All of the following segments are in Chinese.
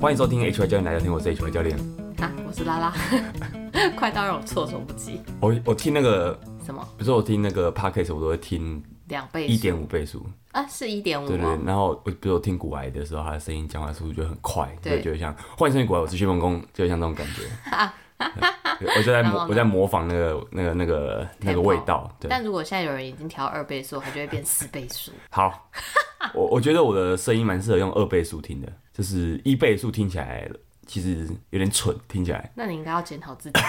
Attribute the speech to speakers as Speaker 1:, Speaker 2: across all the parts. Speaker 1: 欢迎收听 HY 教练来聊天，我是 HY 教练。
Speaker 2: 啊，我是拉拉， 快刀让我措手不及。
Speaker 1: 我我听那个，
Speaker 2: 什么
Speaker 1: 比如说我听那个 podcast，我都会听
Speaker 2: 两倍
Speaker 1: 一
Speaker 2: 速
Speaker 1: 点五倍速，
Speaker 2: 啊？是一点五
Speaker 1: 对对
Speaker 2: 吗
Speaker 1: 对。？然后我比如我听古癌的时候，他的声音讲话速度就很快，
Speaker 2: 对
Speaker 1: 就觉得像欢迎收听古癌，我是薛鹏公，就像这种感觉。 对我就在
Speaker 2: 然后
Speaker 1: 模
Speaker 2: 呢
Speaker 1: 我在模仿那个那个那个那个
Speaker 2: Tempo
Speaker 1: 味道，对，
Speaker 2: 但如果现在有人已经调二倍速，它就会变四倍 速。
Speaker 1: 好，我我觉得我的声音蛮适合用二倍速听的，就是一倍速听起来其实有点蠢，听起来。
Speaker 2: 那你应该要检讨自己。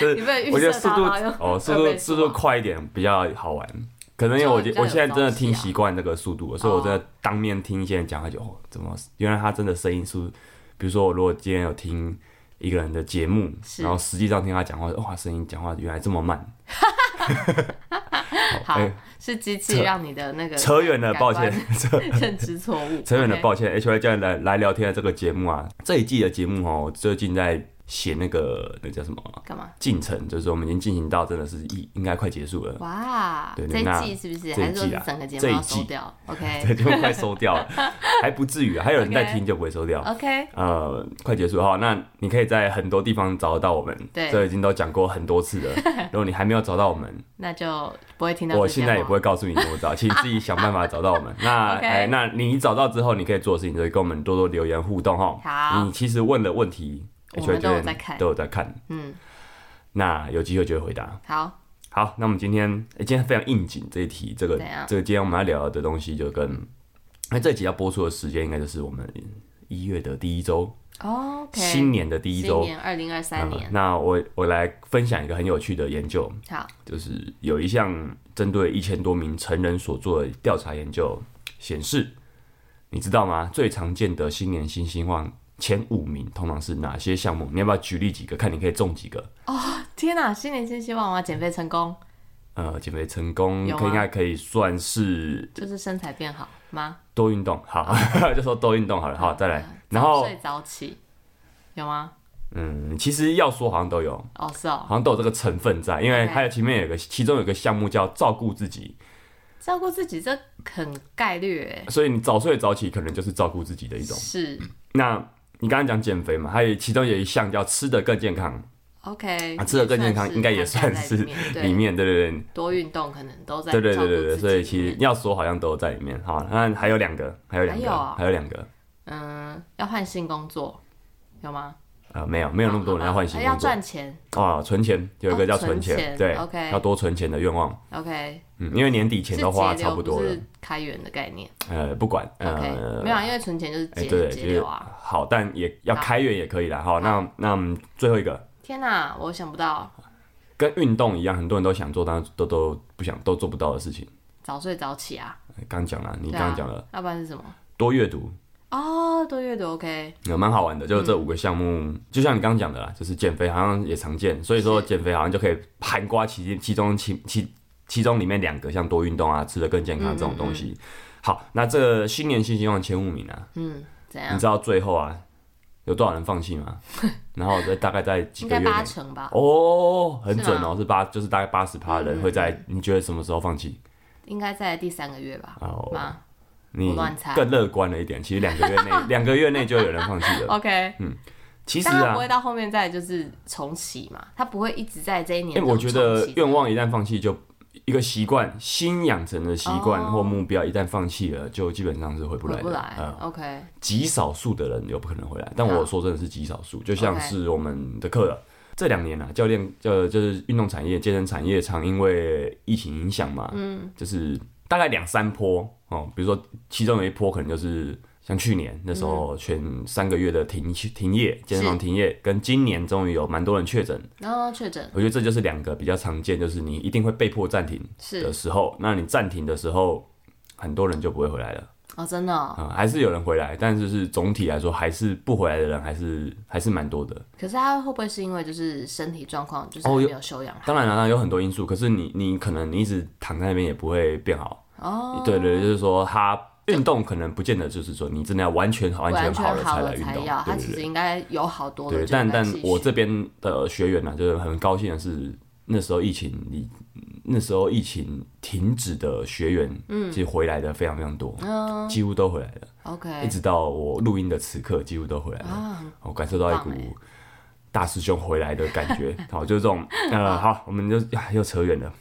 Speaker 1: 就是
Speaker 2: 你不能预
Speaker 1: 我觉得
Speaker 2: 设
Speaker 1: 速
Speaker 2: 到
Speaker 1: 度
Speaker 2: 它用
Speaker 1: 哦，速
Speaker 2: 二
Speaker 1: 度
Speaker 2: 倍速
Speaker 1: 速
Speaker 2: 吗
Speaker 1: 度快一点比较好玩。可能因为我觉
Speaker 2: 这样比较
Speaker 1: 我现在真的听
Speaker 2: 有朝气啊哦
Speaker 1: 习惯这个速度了，所以我真的当面听一些人讲，他就哦，怎么原来他真的声音速，比如说我如果今天有听一个人的节目，
Speaker 2: 是
Speaker 1: 然后实际上听他讲话，哇、他声音讲话原来这么慢。
Speaker 2: 好
Speaker 1: 哎，
Speaker 2: 是机器
Speaker 1: 扯
Speaker 2: 让你的那个
Speaker 1: 扯远了，
Speaker 2: 感
Speaker 1: 抱
Speaker 2: 官
Speaker 1: 歉，扯
Speaker 2: 认知错 误。
Speaker 1: 扯远了，
Speaker 2: OK
Speaker 1: 抱歉。H Y 教练来来聊天的这个节目啊，这一季的节目哦，我最近在写那个那叫什么啊
Speaker 2: 干嘛？
Speaker 1: 进程，就是说我们已经进行到真的是一应该快结束了。
Speaker 2: 哇，
Speaker 1: 对
Speaker 2: 这一
Speaker 1: 那
Speaker 2: 季是不是？
Speaker 1: 这一
Speaker 2: 还是说
Speaker 1: 季
Speaker 2: 是
Speaker 1: 啊
Speaker 2: 整个节
Speaker 1: 这
Speaker 2: 目
Speaker 1: 一
Speaker 2: 要收
Speaker 1: 季
Speaker 2: 掉 ？OK
Speaker 1: 对，就快收掉了，还不至于啊，还有人在
Speaker 2: OK
Speaker 1: 听就不会收掉。
Speaker 2: OK，
Speaker 1: 呃，快结束了哈，那你可以在很多地方找得到我们，
Speaker 2: 对
Speaker 1: 这已经都讲过很多 次了。如果你还没有找到我们，
Speaker 2: 那就不会听到这些话。
Speaker 1: 我现在也不会告诉你怎么找，请你自己想办法找到我们。那
Speaker 2: OK
Speaker 1: 哎，那你找到之后，你可以做的事情就是跟我们多多留言互动哈。
Speaker 2: 好
Speaker 1: 你其实问了问题，
Speaker 2: 我们
Speaker 1: HY
Speaker 2: 都有
Speaker 1: 教练
Speaker 2: 在看
Speaker 1: 都有在看。
Speaker 2: 嗯，
Speaker 1: 那有机会就会回答。
Speaker 2: 好，
Speaker 1: 好，那我们今天，哎、今天非常应景这一题，这个
Speaker 2: 怎样
Speaker 1: 这个今天我们要聊的东西就跟，那这集要播出的时间应该就是我们一月的第一周，
Speaker 2: 哦 OK，
Speaker 1: 新年的第一
Speaker 2: 新
Speaker 1: 周。
Speaker 2: 年二零二三
Speaker 1: 呃
Speaker 2: 年，
Speaker 1: 那我我来分享一个很有趣的研究，
Speaker 2: 好，
Speaker 1: 就是有一项针对一千多名成人所做的调查研究显示，你知道吗？最常见的新年新希望前五名通常是哪些项目？你要不要举例几个，看你可以中几个？
Speaker 2: 天哪，新年新希望，我要减肥成功，
Speaker 1: 呃，减肥成功
Speaker 2: 有啊
Speaker 1: 可以应
Speaker 2: 吗
Speaker 1: 该可以算是
Speaker 2: 就是身材变好吗？
Speaker 1: 多运动，好， 就说多运动好了，好，再来。然
Speaker 2: 嗯早
Speaker 1: 后，
Speaker 2: 睡早起，有吗？
Speaker 1: 嗯，其实要说好像都有，
Speaker 2: 哦，是哦，
Speaker 1: 好像都有这个成分在，因为
Speaker 2: OK
Speaker 1: 还有前面有个，其中有个项目叫照顾自己，
Speaker 2: 照顾自己这很概率哎，
Speaker 1: 所以你早睡早起可能就是照顾自己的一种。
Speaker 2: 是
Speaker 1: 那你刚刚讲减肥嘛，还有其中有一项叫吃的更健康，
Speaker 2: OK，
Speaker 1: 啊，吃的更健康
Speaker 2: 嗯是
Speaker 1: 应该也算
Speaker 2: 涵盖在
Speaker 1: 是
Speaker 2: 里面
Speaker 1: 里
Speaker 2: 对，
Speaker 1: 面，对对对。
Speaker 2: 多运动可能都在
Speaker 1: 对对
Speaker 2: 照顾
Speaker 1: 对对对，
Speaker 2: 自己
Speaker 1: 所以其
Speaker 2: 里
Speaker 1: 实
Speaker 2: 面
Speaker 1: 要说好像都有在里面。好，那还有两个，还有两
Speaker 2: 还有
Speaker 1: 个
Speaker 2: 啊，
Speaker 1: 还有两个，
Speaker 2: 嗯，要换新工作有吗？
Speaker 1: 呃，没有没有那么多人要换新
Speaker 2: 哎
Speaker 1: 工
Speaker 2: 要
Speaker 1: 作
Speaker 2: 赚钱
Speaker 1: 啊，存钱有一个
Speaker 2: 哦
Speaker 1: 叫
Speaker 2: 存
Speaker 1: 钱，
Speaker 2: 钱
Speaker 1: 对
Speaker 2: OK
Speaker 1: 要多存钱的愿望。
Speaker 2: ，OK，
Speaker 1: 嗯，因为年底前
Speaker 2: 是
Speaker 1: 都花
Speaker 2: 节
Speaker 1: 差
Speaker 2: 流
Speaker 1: 不多了
Speaker 2: 是，开源的概念
Speaker 1: 呃，不管，
Speaker 2: ，OK，
Speaker 1: 呃，
Speaker 2: 没有啊，因为存钱就是
Speaker 1: 哎，
Speaker 2: 节
Speaker 1: 对，
Speaker 2: 节
Speaker 1: 就是
Speaker 2: 流啊。
Speaker 1: 好，但也要开源也可以啦。好，那那我们最后一个
Speaker 2: 天哪，我想不到
Speaker 1: 跟运动一样，很多人都想做，但是都都不想，都做不到的事情。
Speaker 2: 早睡早起啊，
Speaker 1: 刚讲了，你
Speaker 2: 对
Speaker 1: 刚
Speaker 2: 啊
Speaker 1: 刚讲了，
Speaker 2: 要不然是什么？
Speaker 1: 多阅读，
Speaker 2: 哦，多阅读 OK，
Speaker 1: 呃，蛮好玩的。
Speaker 2: 嗯
Speaker 1: 就是这五个项目，就像你刚刚讲的啦，就是减肥好像也常见，所以说
Speaker 2: 是
Speaker 1: 减肥好像就可以含瓜其其中其其其中里面两个，像多运动啊，吃的更健康这种东西。好，那这新年新希望前五名啊，
Speaker 2: 嗯，怎
Speaker 1: 你
Speaker 2: 样？
Speaker 1: 知道最后啊有多少人放弃 吗？然后在大概在几
Speaker 2: 应
Speaker 1: 个
Speaker 2: 该
Speaker 1: 月内
Speaker 2: 八成吧，
Speaker 1: 哦，很准
Speaker 2: 是嗯
Speaker 1: 哦，是八，就是大概八十趴人会在你觉得什么时候放弃？
Speaker 2: 应该在第三个月吧？
Speaker 1: 哦，
Speaker 2: 吗
Speaker 1: 你
Speaker 2: 我乱猜
Speaker 1: 更乐观了一点，其实两个月 内两个月内就有人放弃了。
Speaker 2: ？OK，
Speaker 1: 其实
Speaker 2: 但他
Speaker 1: 嗯啊
Speaker 2: 不，会到后面再就是重启嘛，他不会一直在这一年
Speaker 1: 因为
Speaker 2: 中
Speaker 1: 我
Speaker 2: 重
Speaker 1: 觉得
Speaker 2: 启。
Speaker 1: 愿望一旦放弃就。一个习惯，新养成的习惯
Speaker 2: 哦
Speaker 1: 或目标，一旦放弃了，就基本上是回不来
Speaker 2: 回
Speaker 1: 的。
Speaker 2: 不
Speaker 1: 呃
Speaker 2: 来，OK，
Speaker 1: 极少数的人有可能回来，但我说真的是极少数，就像
Speaker 2: OK
Speaker 1: 是我们的课了。这两年啊，教练呃就是运动产业、健身产业，常因为疫情影响嘛，嗯，就是大概两三波哦，比如说其中有一波可能就是像去年那时候全三个月的停停业，健身房停业，跟今年终于有蛮多人确诊，
Speaker 2: 然后确诊
Speaker 1: 我觉得这就是两个比较常见，就是你一定会被迫暂停的
Speaker 2: 是
Speaker 1: 时候，那你暂停的时候，很多人就不会回来了。
Speaker 2: 哦，真的哦，
Speaker 1: 啊、还是有人回来，但是是总体来说，还是不回来的人还是还是蛮多的。
Speaker 2: 可是他会不会是因为就是身体状况就是
Speaker 1: 哦
Speaker 2: 还
Speaker 1: 有
Speaker 2: 没有修养好？
Speaker 1: 当然了，那有很多因素，可是你你可能你一直躺在那边也不会变好。
Speaker 2: 哦，
Speaker 1: 对对，就是说他运动可能不见得就是说你真的要完全完
Speaker 2: 完
Speaker 1: 全
Speaker 2: 全
Speaker 1: 好了
Speaker 2: 好
Speaker 1: 来运
Speaker 2: 才
Speaker 1: 动
Speaker 2: 要，，他
Speaker 1: 对
Speaker 2: 其
Speaker 1: 对
Speaker 2: 实
Speaker 1: 对。
Speaker 2: 应该有好多的
Speaker 1: 对，
Speaker 2: 就
Speaker 1: 但
Speaker 2: 应该
Speaker 1: 但
Speaker 2: 继续
Speaker 1: 啊我这边的学员呢、就是很高兴的是，那时候疫情你那时候疫情停止的学员，嗯，其实回来的非常非常多，
Speaker 2: 嗯
Speaker 1: 几乎都回来了，一
Speaker 2: ，OK，
Speaker 1: 直到我录音的此刻，几乎都回来了。
Speaker 2: 啊，
Speaker 1: 我感受到一股
Speaker 2: 棒欸
Speaker 1: 大师兄回来的感觉。好，就是这种，呃，好，我们就呀又扯远 了。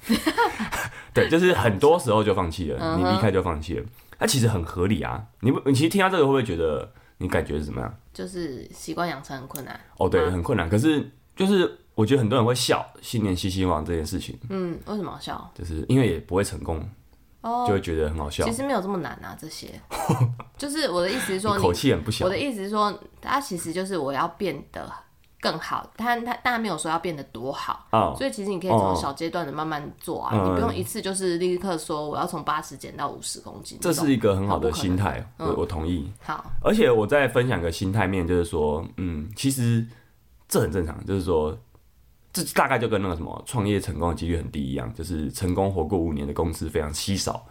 Speaker 1: 对，就是很多时候就放弃了，
Speaker 2: 嗯
Speaker 1: 你离开就放弃了，那、其实很合理啊。你不，你其实听到这个会不会觉得你感觉是怎么样？
Speaker 2: 就是习惯养成很困难。
Speaker 1: 哦，对，
Speaker 2: 啊
Speaker 1: 很困难。可是就是我觉得很多人会笑新年新希望这件事情，
Speaker 2: 嗯，为什么好笑？
Speaker 1: 就是因为也不会成功，
Speaker 2: 哦
Speaker 1: 就会觉得很好笑
Speaker 2: 其，实没有这么难啊，这 些。就是我的意思是说
Speaker 1: 你
Speaker 2: 你，
Speaker 1: 口气很不小
Speaker 2: 我。的意思是说，它其实就是我要变得更好，但它但它没有说要变得多好。
Speaker 1: 哦，
Speaker 2: 所以其实你可以
Speaker 1: 哦
Speaker 2: 从小阶段的慢慢做啊，
Speaker 1: 嗯
Speaker 2: 你不用一次就是立刻说我要从八十减到五十公斤
Speaker 1: 这
Speaker 2: 种。
Speaker 1: 是一个很好的
Speaker 2: 好不可
Speaker 1: 心
Speaker 2: 能
Speaker 1: 态，我
Speaker 2: 嗯
Speaker 1: 我同意。
Speaker 2: 好，
Speaker 1: 而且我再分享个心态面，就是说，嗯，其实这很正常，就是说，这大概就跟那个什么创业成功的几率很低一样，就是成功活过五年的公司非常稀少。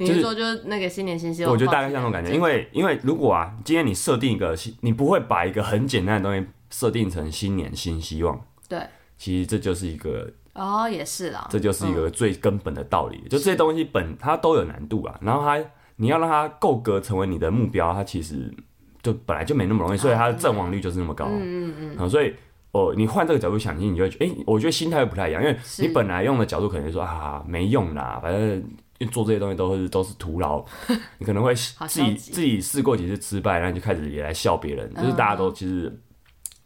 Speaker 2: 你
Speaker 1: 就是
Speaker 2: 是说就是那个新年新希望？
Speaker 1: 我觉得大概像那种感觉，因为因为如果啊，今天你设定一个新，你不会把一个很简单的东西设定成新年新希望，
Speaker 2: 对，
Speaker 1: 其实这就是一个
Speaker 2: 哦也是啦，哦
Speaker 1: 这就是一个最根本的道理，就这些东西本它都有难度啊，然后它你要让它够格成为你的目标，它其实就本来就没那么容易，所以它的阵亡率就是那么高。嗯嗯嗯。所以哦，你换这个角度想，你就会觉得，哎、我觉得心态会不太一样，因为
Speaker 2: 是
Speaker 1: 你本来用的角度可能就说啊没用啦，反正。做这些东西都是都是徒 劳，你可能会
Speaker 2: 好
Speaker 1: 自
Speaker 2: 消
Speaker 1: 己
Speaker 2: 极
Speaker 1: 自己试过几次失败，然后你就开始也来笑别人，就是
Speaker 2: 嗯
Speaker 1: 大家都其实，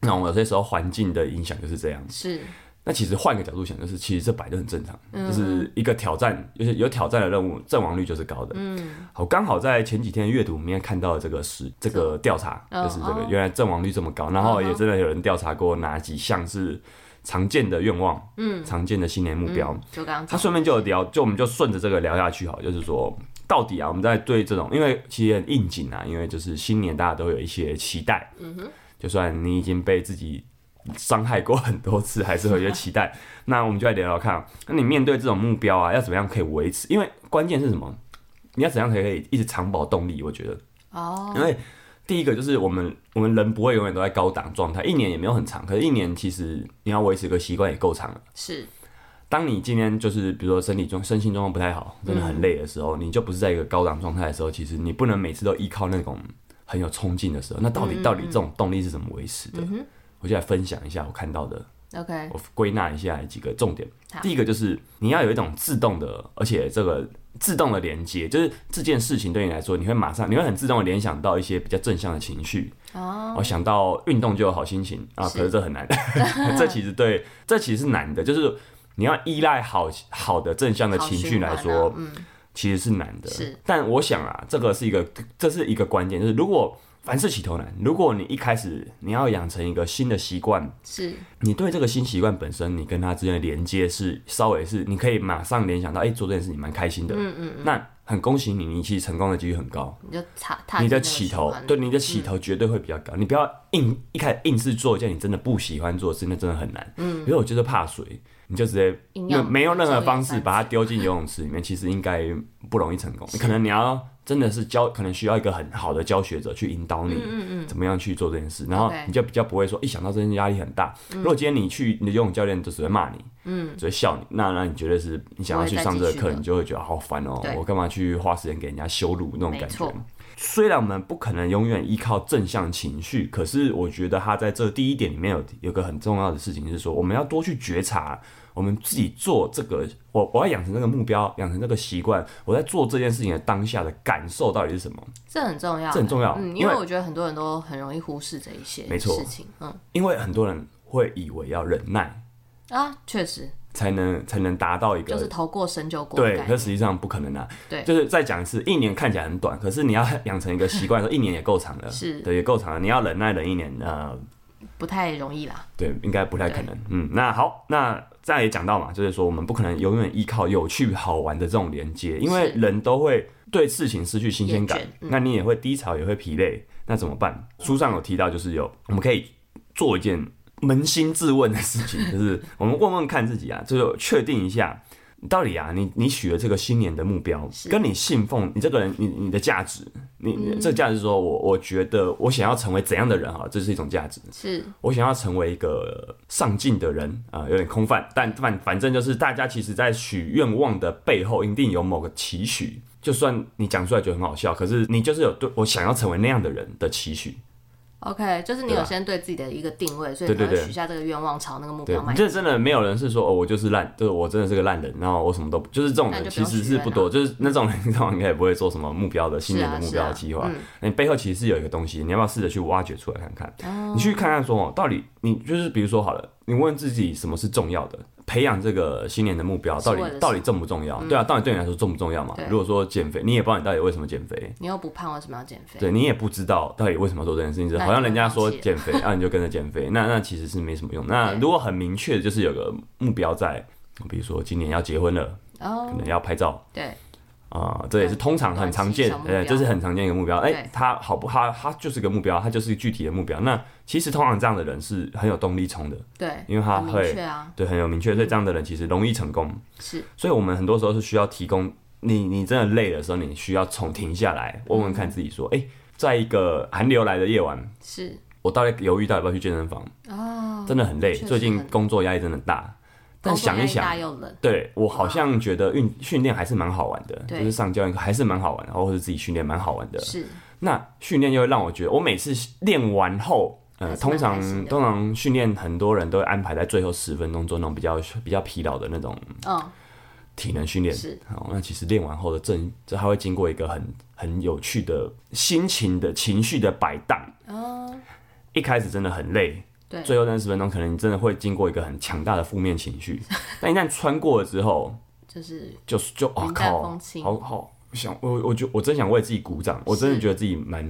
Speaker 1: 那种有些时候环境的影响就是这样。
Speaker 2: 是
Speaker 1: 那其实换个角度想，就是其实这摆就很正常，就是一个挑战，就是有挑战的任务，阵亡率就是高的。嗯，好，刚好在前几天阅读里面看到这个实这个调查，
Speaker 2: 哦
Speaker 1: 就是这个
Speaker 2: 哦
Speaker 1: 原来阵亡率这么高，然后也真的有人调查过哪几项是常见的愿望，嗯，常见的新年目标。
Speaker 2: 就刚刚
Speaker 1: 他
Speaker 2: 讲
Speaker 1: 顺便就有聊，就我们就顺着这个聊下去好，就是说到底啊，我们在对这种，因为其实很应景啊，因为就是新年大家都有一些期待，嗯哼，就算你已经被自己伤害过很多次，还是会有一些期待。那我们就来聊聊看，啊那你面对这种目标啊，要怎么样可以维持？因为关键是什么？你要怎样才可以一直长保动力？我觉得，
Speaker 2: 哦，
Speaker 1: 因为第一个就是我们我们人不会永远都在高档状态，一年也没有很长，可是一年其实你要维持一个习惯也够长了。
Speaker 2: 是
Speaker 1: 当你今天就是比如说身体状身心状况不太好，真的很累的时候，你就不是在一个高档状态的时候，其实你不能每次都依靠那种很有冲劲的时候。那到底到底这种动力是怎么维持的？我就来分享一下我看到的，
Speaker 2: OK，
Speaker 1: 我归纳一下几个重点
Speaker 2: 好。
Speaker 1: 第一个就是你要有一种自动的，而且这个自动的连接，就是这件事情对你来说，你会马上你会很自动的联想到一些比较正向的情绪，
Speaker 2: 哦，
Speaker 1: 我想到运动就有好心情啊，
Speaker 2: 是
Speaker 1: 可是这很 难，这其实对，这其实是难的，就是你要依赖好好的正向的
Speaker 2: 好
Speaker 1: 情绪
Speaker 2: 循
Speaker 1: 来
Speaker 2: 环啊
Speaker 1: 说，
Speaker 2: 嗯，
Speaker 1: 其实是难的。
Speaker 2: 是，
Speaker 1: 但我想啊，这个是一个，这是一个关键，就是如果凡事起头难，如果你一开始你要养成一个新的习惯，
Speaker 2: 是
Speaker 1: 你对这个新习惯本身，你跟它之间的连接是稍微是，你可以马上联想到，哎、做这件事情蛮开心的，嗯嗯嗯，那很恭喜你，你其实成功的几率很高。
Speaker 2: 你就踏踏
Speaker 1: 你
Speaker 2: 进
Speaker 1: 的
Speaker 2: 那个
Speaker 1: 起
Speaker 2: 循
Speaker 1: 头，
Speaker 2: 环
Speaker 1: 对你的起头绝对会比较高。你不要硬一开始硬是做一件你真的不喜欢做的事，那真的很难。嗯，因为我就是怕水，你就直接
Speaker 2: 硬
Speaker 1: 没
Speaker 2: 要
Speaker 1: 有没有任何
Speaker 2: 做一
Speaker 1: 方
Speaker 2: 个
Speaker 1: 式
Speaker 2: 三
Speaker 1: 把它
Speaker 2: 次
Speaker 1: 丢进游泳池里面，其实应该不容易成功。可能你要真的是教，可能需要一个很好的教学者去引导你，怎么样去做这件事，然后
Speaker 2: 嗯 OK 嗯
Speaker 1: 你就比较不会说一想到这件事压力很大。如果今天你去你的游泳教练就只会骂你，嗯，只会笑你，那那你绝对是你想要
Speaker 2: 不会
Speaker 1: 去
Speaker 2: 再
Speaker 1: 上
Speaker 2: 继
Speaker 1: 这个
Speaker 2: 续
Speaker 1: 课，
Speaker 2: 了
Speaker 1: 你就会觉得好烦哦、
Speaker 2: 对
Speaker 1: 我干嘛去花时间给人家羞辱那种
Speaker 2: 没
Speaker 1: 感觉
Speaker 2: 错？
Speaker 1: 虽然我们不可能永远依靠正向情绪，可是我觉得他在这第一点里面有有个很重要的事情是说，我们要多去觉察我们自己做这个，我我要养成这个目标，养成这个习惯，我在做这件事情的当下的感受到底是什么？
Speaker 2: 这很重要，
Speaker 1: 这很重要
Speaker 2: 嗯，
Speaker 1: 因
Speaker 2: 因
Speaker 1: 为
Speaker 2: 为我觉得很多人都很容易忽视这一些
Speaker 1: 没错
Speaker 2: 事情，嗯
Speaker 1: 因为很多人会以为要忍耐
Speaker 2: 啊，确实
Speaker 1: 才能才能达到一个
Speaker 2: 就是头过身就过的
Speaker 1: 对，
Speaker 2: 概
Speaker 1: 可
Speaker 2: 念，
Speaker 1: 实际上不可能啊。
Speaker 2: 对
Speaker 1: 就是再讲一次，一年看起来很短，可是你要养成一个习惯，说一年也够长了，
Speaker 2: 是
Speaker 1: 对，也够长了。你要忍耐忍一年，呃，
Speaker 2: 不太容易啦，
Speaker 1: 对，应该不太可能。嗯，那好，那再也讲到嘛，就是说我们不可能永远依靠有趣好玩的这种连接，因为
Speaker 2: 是
Speaker 1: 人都会对事情失去新鲜感
Speaker 2: 厌倦，嗯
Speaker 1: 那你也会低潮，也会疲累，那怎么办？书上有提到，就是有我们可以做一件扪心自问的事 情，就是我们问问看自己啊，就是确定一下。到底啊，你你许了这个新年的目标，
Speaker 2: 是嗯
Speaker 1: 跟你信奉你这个人，你你的价值，你你这个价值是说我我觉得我想要成为怎样的人哈，这是一种价值。
Speaker 2: 是
Speaker 1: 我想要成为一个上进的人啊、有点空泛，但反反正就是大家其实在许愿望的背后，一定有某个期许。就算你讲出来觉得很好笑，可是你就是有对我想要成为那样的人的期许。
Speaker 2: OK，就是你
Speaker 1: 对
Speaker 2: 有
Speaker 1: 啊
Speaker 2: 先对自己的一个定位，所
Speaker 1: 对
Speaker 2: 以你
Speaker 1: 对
Speaker 2: 才会
Speaker 1: 对
Speaker 2: 许下这个愿望，朝那个目
Speaker 1: 对
Speaker 2: 标，迈进。
Speaker 1: 这真的没有人是说哦，我就是烂，就是我真的是个烂人，然后我什么都不，就是这种
Speaker 2: 那
Speaker 1: 人
Speaker 2: 就不
Speaker 1: 其
Speaker 2: 用
Speaker 1: 实
Speaker 2: 许
Speaker 1: 是
Speaker 2: 愿
Speaker 1: 不
Speaker 2: 啊
Speaker 1: 多，就是那种人， 通常应该也不会做什么目标的新
Speaker 2: 是
Speaker 1: 年
Speaker 2: 啊
Speaker 1: 的目
Speaker 2: 是
Speaker 1: 标
Speaker 2: 啊
Speaker 1: 的计划。
Speaker 2: 嗯
Speaker 1: 那你背后其实是有一个东西，你要不要试着去挖掘出来看看？
Speaker 2: 嗯
Speaker 1: 你去看看说哦，到底你就是比如说好了，你问自己什么是重要的，培养这个新年的目标
Speaker 2: 是
Speaker 1: 到底
Speaker 2: 为了
Speaker 1: 到
Speaker 2: 什嗯
Speaker 1: 底重不重要？对啊，到底对你来说重不重要嘛
Speaker 2: 对？
Speaker 1: 如果说减肥，你也不知道你到底为什么减肥。
Speaker 2: 你又不胖，为什么要减肥？
Speaker 1: 对你也不知道到底为什么要做这件事情，
Speaker 2: 那
Speaker 1: 好像
Speaker 2: 你就
Speaker 1: 人家
Speaker 2: 放
Speaker 1: 说
Speaker 2: 弃了
Speaker 1: 减肥，啊你就跟着减肥，那那其实是没什么用。那
Speaker 2: 对
Speaker 1: 如果很明确，就是有个目标在，比如说今年要结婚了，可
Speaker 2: 哦，
Speaker 1: 能要拍照
Speaker 2: 对，
Speaker 1: 啊、这也是通常很常见
Speaker 2: 短期，小目
Speaker 1: 呃，
Speaker 2: 标
Speaker 1: 这是很常见一个目标。哎、
Speaker 2: 对
Speaker 1: 他好不，他他就是个目标，他就是具体的目标。那其实通常这样的人是很有动力冲的，
Speaker 2: 对，
Speaker 1: 因为他
Speaker 2: 很明
Speaker 1: 会
Speaker 2: 确啊，
Speaker 1: 对很有明确，所以这样的人其实容易成功。
Speaker 2: 是
Speaker 1: 所以我们很多时候是需要提供你，你真的累的时候，你需要从停下来，问
Speaker 2: 嗯
Speaker 1: 问看自己说，哎、在一个寒流来的夜晚，
Speaker 2: 是
Speaker 1: 我到底犹豫到底要不要去健身房，
Speaker 2: 哦，
Speaker 1: 真的很累，
Speaker 2: 确实
Speaker 1: 最近
Speaker 2: 很
Speaker 1: 工作压力真的很大。但
Speaker 2: 工作
Speaker 1: 想
Speaker 2: 压
Speaker 1: 一
Speaker 2: 力大
Speaker 1: 想，
Speaker 2: 又冷，
Speaker 1: 对我好像觉得运训练还是蛮好玩的，就
Speaker 2: 嗯对
Speaker 1: 是上教练课还是蛮好玩的，或者是自己训练蛮好玩的。
Speaker 2: 是
Speaker 1: 那训练又会让我觉得，我每次练完后，呃，
Speaker 2: 还是
Speaker 1: 通
Speaker 2: 蛮
Speaker 1: 常
Speaker 2: 开心的
Speaker 1: 通常训练很多人都会安排在最后十分钟做那种比较比较疲劳的那种
Speaker 2: 嗯，
Speaker 1: 体能训练。
Speaker 2: 是
Speaker 1: 好，那其实练完后的正，这它会经过一个很很有趣的心情的情绪的摆荡。
Speaker 2: 哦，
Speaker 1: 一开始真的很累，
Speaker 2: 对，
Speaker 1: 最后那十分钟可能你真的会经过一个很强大的负面情绪，但一旦穿过了之后，
Speaker 2: 就是
Speaker 1: 就是就啊
Speaker 2: 云淡
Speaker 1: 靠
Speaker 2: 风，轻
Speaker 1: 好好想我我就我真想为自己鼓掌，我真的觉得自己蛮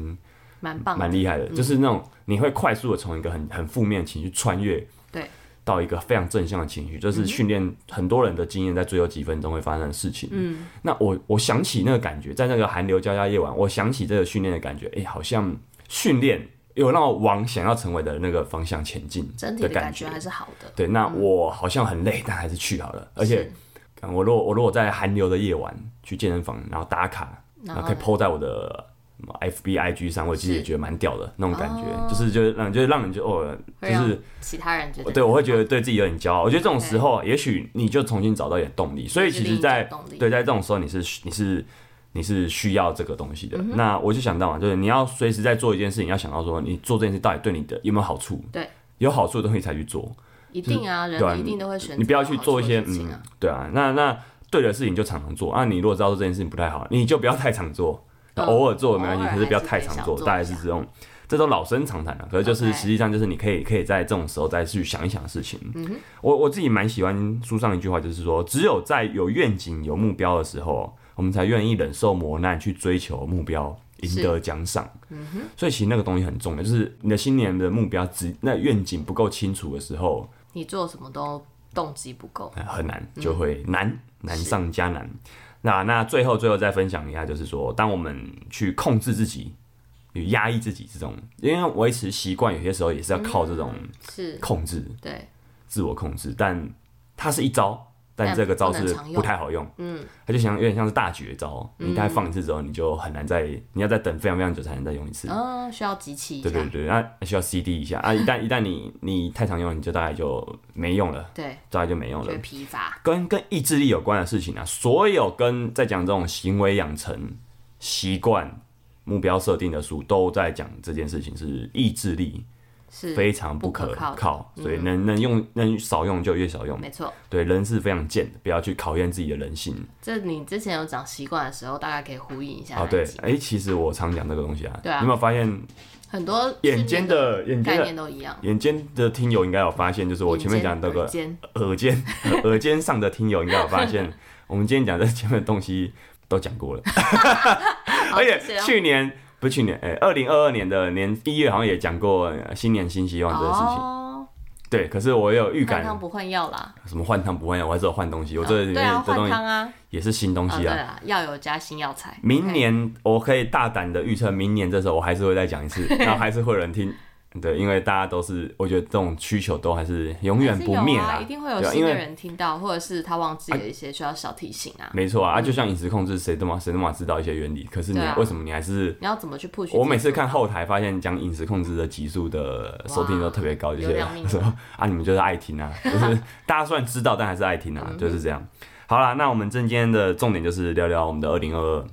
Speaker 2: 蛮棒的，嗯
Speaker 1: 蛮厉害的，就是那种你会快速的从一个很很负面的情绪穿越，
Speaker 2: 对，嗯
Speaker 1: 到一个非常正向的情绪，就是训练很多人的经验在最后几分钟会发生的事情。嗯，那我我想起那个感觉，在那个寒流交加夜晚，我想起这个训练的感觉，哎、好像训练有让我往想要成为的那个方向前进
Speaker 2: 整体
Speaker 1: 的
Speaker 2: 的感
Speaker 1: 觉
Speaker 2: 觉。还是好的，
Speaker 1: 对，那我好像很累，但还是去好了。而且
Speaker 2: 嗯是，
Speaker 1: 干我如果我如果在寒流的夜晚去健身房，然后打卡，然
Speaker 2: 然
Speaker 1: 后
Speaker 2: 后
Speaker 1: 啊可以
Speaker 2: 呢
Speaker 1: PO 在我的呃什么 FB、IG 上，我其实
Speaker 2: 是
Speaker 1: 也觉得蛮屌的那种感觉，
Speaker 2: 哦
Speaker 1: 就是就是让就是让人就哦，就
Speaker 2: 会让
Speaker 1: 是
Speaker 2: 其他人觉得
Speaker 1: 对我会觉
Speaker 2: 得
Speaker 1: 得对自己有点骄傲。我觉得这种时候，也许你就重新找到一点动力。所以其实在，
Speaker 2: 动力，
Speaker 1: 对在这种时候，你是你是你是需要这个东西的。
Speaker 2: 嗯
Speaker 1: 那我就想到嘛，就是你要随时在做一件事情，要想到说你做这件事到底对你的有没有好处。
Speaker 2: 对。
Speaker 1: 有好处的东西才去做，
Speaker 2: 一定啊，人
Speaker 1: 对啊
Speaker 2: 一定都会选择
Speaker 1: 你不要
Speaker 2: 有
Speaker 1: 去
Speaker 2: 好
Speaker 1: 做一
Speaker 2: 处
Speaker 1: 些
Speaker 2: 的事情
Speaker 1: 嗯
Speaker 2: 啊，，
Speaker 1: 对啊，那那对的事情就常常做啊。你如果知道说这件事情不太好，你就不要太常做，那
Speaker 2: 嗯
Speaker 1: 偶尔做没关系
Speaker 2: 偶，尔
Speaker 1: 可是不要
Speaker 2: 还是
Speaker 1: 太
Speaker 2: 可以
Speaker 1: 常
Speaker 2: 小
Speaker 1: 做，
Speaker 2: 做
Speaker 1: 大概
Speaker 2: 一
Speaker 1: 是
Speaker 2: 下
Speaker 1: 这种，这都老生常谈了、可是就是
Speaker 2: OK
Speaker 1: 实际上就是你可以可以在这种时候再去想一想事情。
Speaker 2: 嗯哼
Speaker 1: 我我自己蛮喜欢书上一句话，就是说，只有在有愿景、有目标的时候，我们才愿意忍受磨难去追求目标，赢
Speaker 2: 是
Speaker 1: 得奖赏。
Speaker 2: 嗯哼，
Speaker 1: 所以其实那个东西很重要，就是你的新年的目标只那愿景不够清楚的时候，
Speaker 2: 你做什么都动机不够，
Speaker 1: 呃很难，
Speaker 2: 嗯
Speaker 1: 就会难、难上加难。那那最后最后再分享一下，就是说，当我们去控制自己、与压抑自己这种，因为维持习惯，有些时候也是要靠这
Speaker 2: 嗯
Speaker 1: 种
Speaker 2: 是
Speaker 1: 控制、
Speaker 2: 对，
Speaker 1: 自我控制，但它是一招，但
Speaker 2: 但
Speaker 1: 这个招
Speaker 2: 不
Speaker 1: 是
Speaker 2: 能常用
Speaker 1: 不太好用。
Speaker 2: 嗯，
Speaker 1: 它就像有点像是大绝招，你大概放一次之后，你就很难再，你要再等非常非常久才能再用一次。
Speaker 2: 嗯，需要集齐一下，
Speaker 1: 对对对，那需要 CD 一下啊！一旦一旦你你太常用，你就大概就没用了，
Speaker 2: 对，
Speaker 1: 大概就没用
Speaker 2: 就
Speaker 1: 了
Speaker 2: 会。疲乏，
Speaker 1: 跟跟意志力有关的事情啊，所有跟在讲这种行为养成、习惯、目标设定的书，都在讲这件事情是意志力
Speaker 2: 是
Speaker 1: 非常不
Speaker 2: 嗯不
Speaker 1: 可
Speaker 2: 可靠的嗯
Speaker 1: 靠，所以能能用能少用就越少用。
Speaker 2: 没错。
Speaker 1: 对，人是非常贱的，不要去考验自己的人性
Speaker 2: 这你之前有讲习惯的时候，大概可以呼应一下
Speaker 1: 啊。
Speaker 2: 那
Speaker 1: 对
Speaker 2: 一集，
Speaker 1: 哎、其实我常讲这个东西啊，
Speaker 2: 对啊
Speaker 1: 你有没有发现
Speaker 2: 很多
Speaker 1: 眼尖的眼
Speaker 2: 训练
Speaker 1: 尖
Speaker 2: 概
Speaker 1: 的
Speaker 2: 念都一样。
Speaker 1: 眼尖的听友应该有发现，就是我前面讲的
Speaker 2: 的
Speaker 1: 那个
Speaker 2: 尖
Speaker 1: 耳尖耳尖上的听友应该有发现，我们今天讲这前面的东西都讲过了，
Speaker 2: 好
Speaker 1: 而且
Speaker 2: 谢谢哦
Speaker 1: 哎去年不是去年，哎、2二零二二年的年一月好像也讲过呃新年新希望这件事情。
Speaker 2: 哦，
Speaker 1: 对，可是我有预
Speaker 2: 换
Speaker 1: 感，
Speaker 2: 汤不换药啦。
Speaker 1: 什么换汤不换药，我还是有换东西，我
Speaker 2: 嗯
Speaker 1: 这里
Speaker 2: 对
Speaker 1: 面
Speaker 2: 啊，
Speaker 1: 这东
Speaker 2: 换
Speaker 1: 西
Speaker 2: 汤啊，
Speaker 1: 也是新东
Speaker 2: 啊
Speaker 1: 西
Speaker 2: 对
Speaker 1: 啊。
Speaker 2: 啊，药有加新药材。
Speaker 1: 明年我可以大胆的预测，明年这时候我还是会再讲一次，然后还是会有人听。对，因为大家都是，我觉得这种需求都还是永远
Speaker 2: 还是
Speaker 1: 不
Speaker 2: 有
Speaker 1: 灭
Speaker 2: 啊，
Speaker 1: 啦
Speaker 2: 一定会有
Speaker 1: 对啊
Speaker 2: 新
Speaker 1: 因
Speaker 2: 的
Speaker 1: 为
Speaker 2: 人听到，或者是他忘记了一些需要小提醒啊。
Speaker 1: 没错啊，啊就像饮食控制，谁都嘛谁都嘛知道一些原理，可是你、
Speaker 2: 对啊
Speaker 1: 为什么你还是？
Speaker 2: 你要怎么去 push？
Speaker 1: 我每
Speaker 2: 自
Speaker 1: 次
Speaker 2: 己
Speaker 1: 看后台，发现讲饮食控制的集数的收听都特别高，就
Speaker 2: 流
Speaker 1: 是
Speaker 2: 量密码
Speaker 1: 说啊，你们就是爱听啊，就是大家虽然知道，但还是爱听啊，就是这样。好啦，那我们今天的重点就是聊聊我们的二零二二，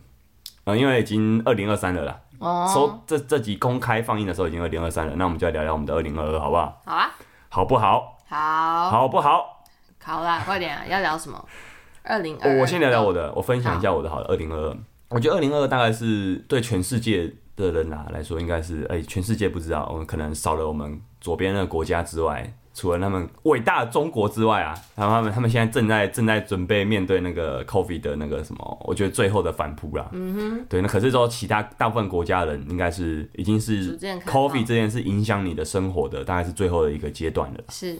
Speaker 1: 呃，因为已经二零二三了啦，
Speaker 2: 哦，
Speaker 1: 收这这集公开放映的时候已经二零二三了，那我们就来聊聊我们的二零二二，好不好？
Speaker 2: 好啊，
Speaker 1: 好不好？
Speaker 2: 好，
Speaker 1: 好不好？
Speaker 2: 好啦，快点啊，要聊什么？二零
Speaker 1: 我
Speaker 2: 二，
Speaker 1: 哦我先聊聊我的，我分享一下我呃的好了。二零二二，我觉得二零二二大概是对全世界的人啊来说，应该是哎、全世界不知道，我们可能少了我们左边的国家之外，除了他们伟大的中国之外啊，然后他们他们现在正在正在准备面对那个 COVID 的那个什么，我觉得最后的反扑啦。嗯哼，对，那可是说其他大部分国家的人应该是已经
Speaker 2: 逐
Speaker 1: 是
Speaker 2: 渐开放
Speaker 1: COVID 这件事影响你的生活的，大概是最后的一个阶段了。
Speaker 2: 是，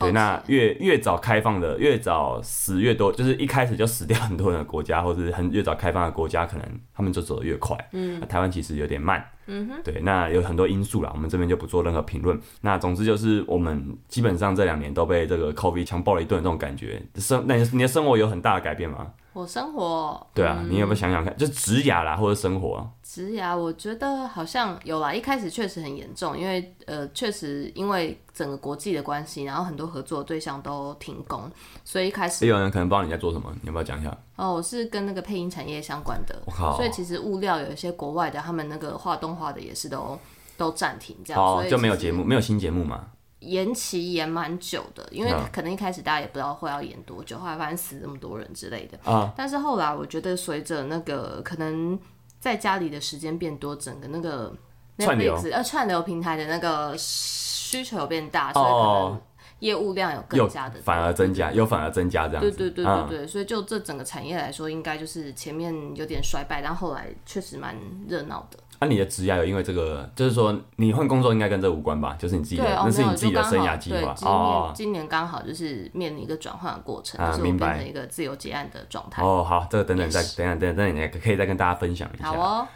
Speaker 1: 对，那
Speaker 2: 好奇
Speaker 1: 越越早开放的，越早死越多，就是一开始就死掉很多人的国家，或是很越早开放的国家，可能他们就走得越快。嗯，台湾其实有点慢。嗯哼，对，那有很多因素啦，我们这边就不做任何评论。那总之就是我们基本上这两年都被这个 COVID 强暴了一顿，这种感觉生，那你你的生活有很大的改变吗？
Speaker 2: 我生活
Speaker 1: 对啊，你有
Speaker 2: 嗯
Speaker 1: 没有想想看，就职涯啦，或者生活啊、
Speaker 2: 植牙，我觉得好像有啦。一开始确实很严重，因为呃，确实因为整个国际的关系，然后很多合作对象都停工，所以一开始
Speaker 1: 也有人可能不知道你在做什么，你要不要讲一下？
Speaker 2: 哦，我是跟那个配音产业相关的
Speaker 1: 我，靠
Speaker 2: 所以其实物料有一些国外的，他们那个画动画的也是都都暂停这样，
Speaker 1: 哦
Speaker 2: 所，以
Speaker 1: 就没有
Speaker 2: 其实
Speaker 1: 节目，没有新节目嘛？
Speaker 2: 延期延蛮久的，因为
Speaker 1: 嗯
Speaker 2: 可能一开始大家也不知道会要延多久，后来发现死那么多人之类的。
Speaker 1: 啊
Speaker 2: 但是后来我觉得随着那个可能在家里的时间变多，整个那个
Speaker 1: 串流
Speaker 2: Netflix，呃串流平台的那个需求有变大，所以可
Speaker 1: 哦
Speaker 2: 能业务量有
Speaker 1: 又
Speaker 2: 更加的
Speaker 1: 反而增加，又反而增加这样
Speaker 2: 对
Speaker 1: 子。
Speaker 2: 对对
Speaker 1: 嗯
Speaker 2: 对对，所以就这整个产业来说，应该就是前面有点衰败，但后来确实蛮热闹的。
Speaker 1: 那、你的职业有因为这个，就是说你换工作应该跟这无关吧？就是你自己的，
Speaker 2: 对，哦，
Speaker 1: 那
Speaker 2: 没
Speaker 1: 是
Speaker 2: 有，
Speaker 1: 你自己的
Speaker 2: 就
Speaker 1: 生
Speaker 2: 刚好
Speaker 1: 涯计划
Speaker 2: 对，今年
Speaker 1: 哦。
Speaker 2: 今年刚好就是面临一个转换的过程，
Speaker 1: 啊
Speaker 2: 就是我
Speaker 1: 明
Speaker 2: 变
Speaker 1: 白
Speaker 2: 成一个自由结案的状态。
Speaker 1: 哦，好，这个等等再
Speaker 2: Yes
Speaker 1: 等一下等一下等等，你可以再跟大家分享一下。
Speaker 2: 好哦，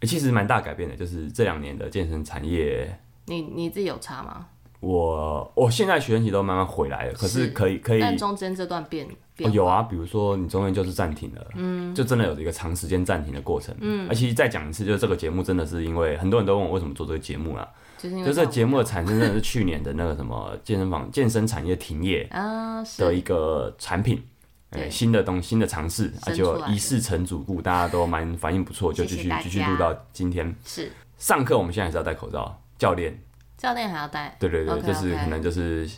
Speaker 1: 欸其实蛮大改变的，就是这两年的健身产业，
Speaker 2: 你你自己有差吗？
Speaker 1: 我我现在学生其实都慢慢回来了，可是
Speaker 2: 是
Speaker 1: 可以可以
Speaker 2: 但中间这段变
Speaker 1: 哦，
Speaker 2: 变
Speaker 1: 有啊，比如说你中间就是暂停了，嗯，就真的有一个长时间暂停的过程，嗯，而且再讲一次，就是这个节目真的是因为很多人都问我为什么做这个节目啦，
Speaker 2: 就是因为
Speaker 1: 就这
Speaker 2: 这
Speaker 1: 节目的产生真的是去年的那个什么健身房健身产业停业
Speaker 2: 啊
Speaker 1: 的
Speaker 2: 是
Speaker 1: 一个产品，
Speaker 2: 对
Speaker 1: 呃新的东新的尝试，啊
Speaker 2: 生出
Speaker 1: 就
Speaker 2: 来的
Speaker 1: 一试成主顾，大家都蛮反应不错，就
Speaker 2: 谢谢
Speaker 1: 继续
Speaker 2: 大家
Speaker 1: 继续录到今天。
Speaker 2: 是
Speaker 1: 上课我们现在还是要戴口罩，教练，
Speaker 2: 教练还要带，
Speaker 1: 对对对，
Speaker 2: OK，
Speaker 1: 就是
Speaker 2: OK
Speaker 1: 可能就是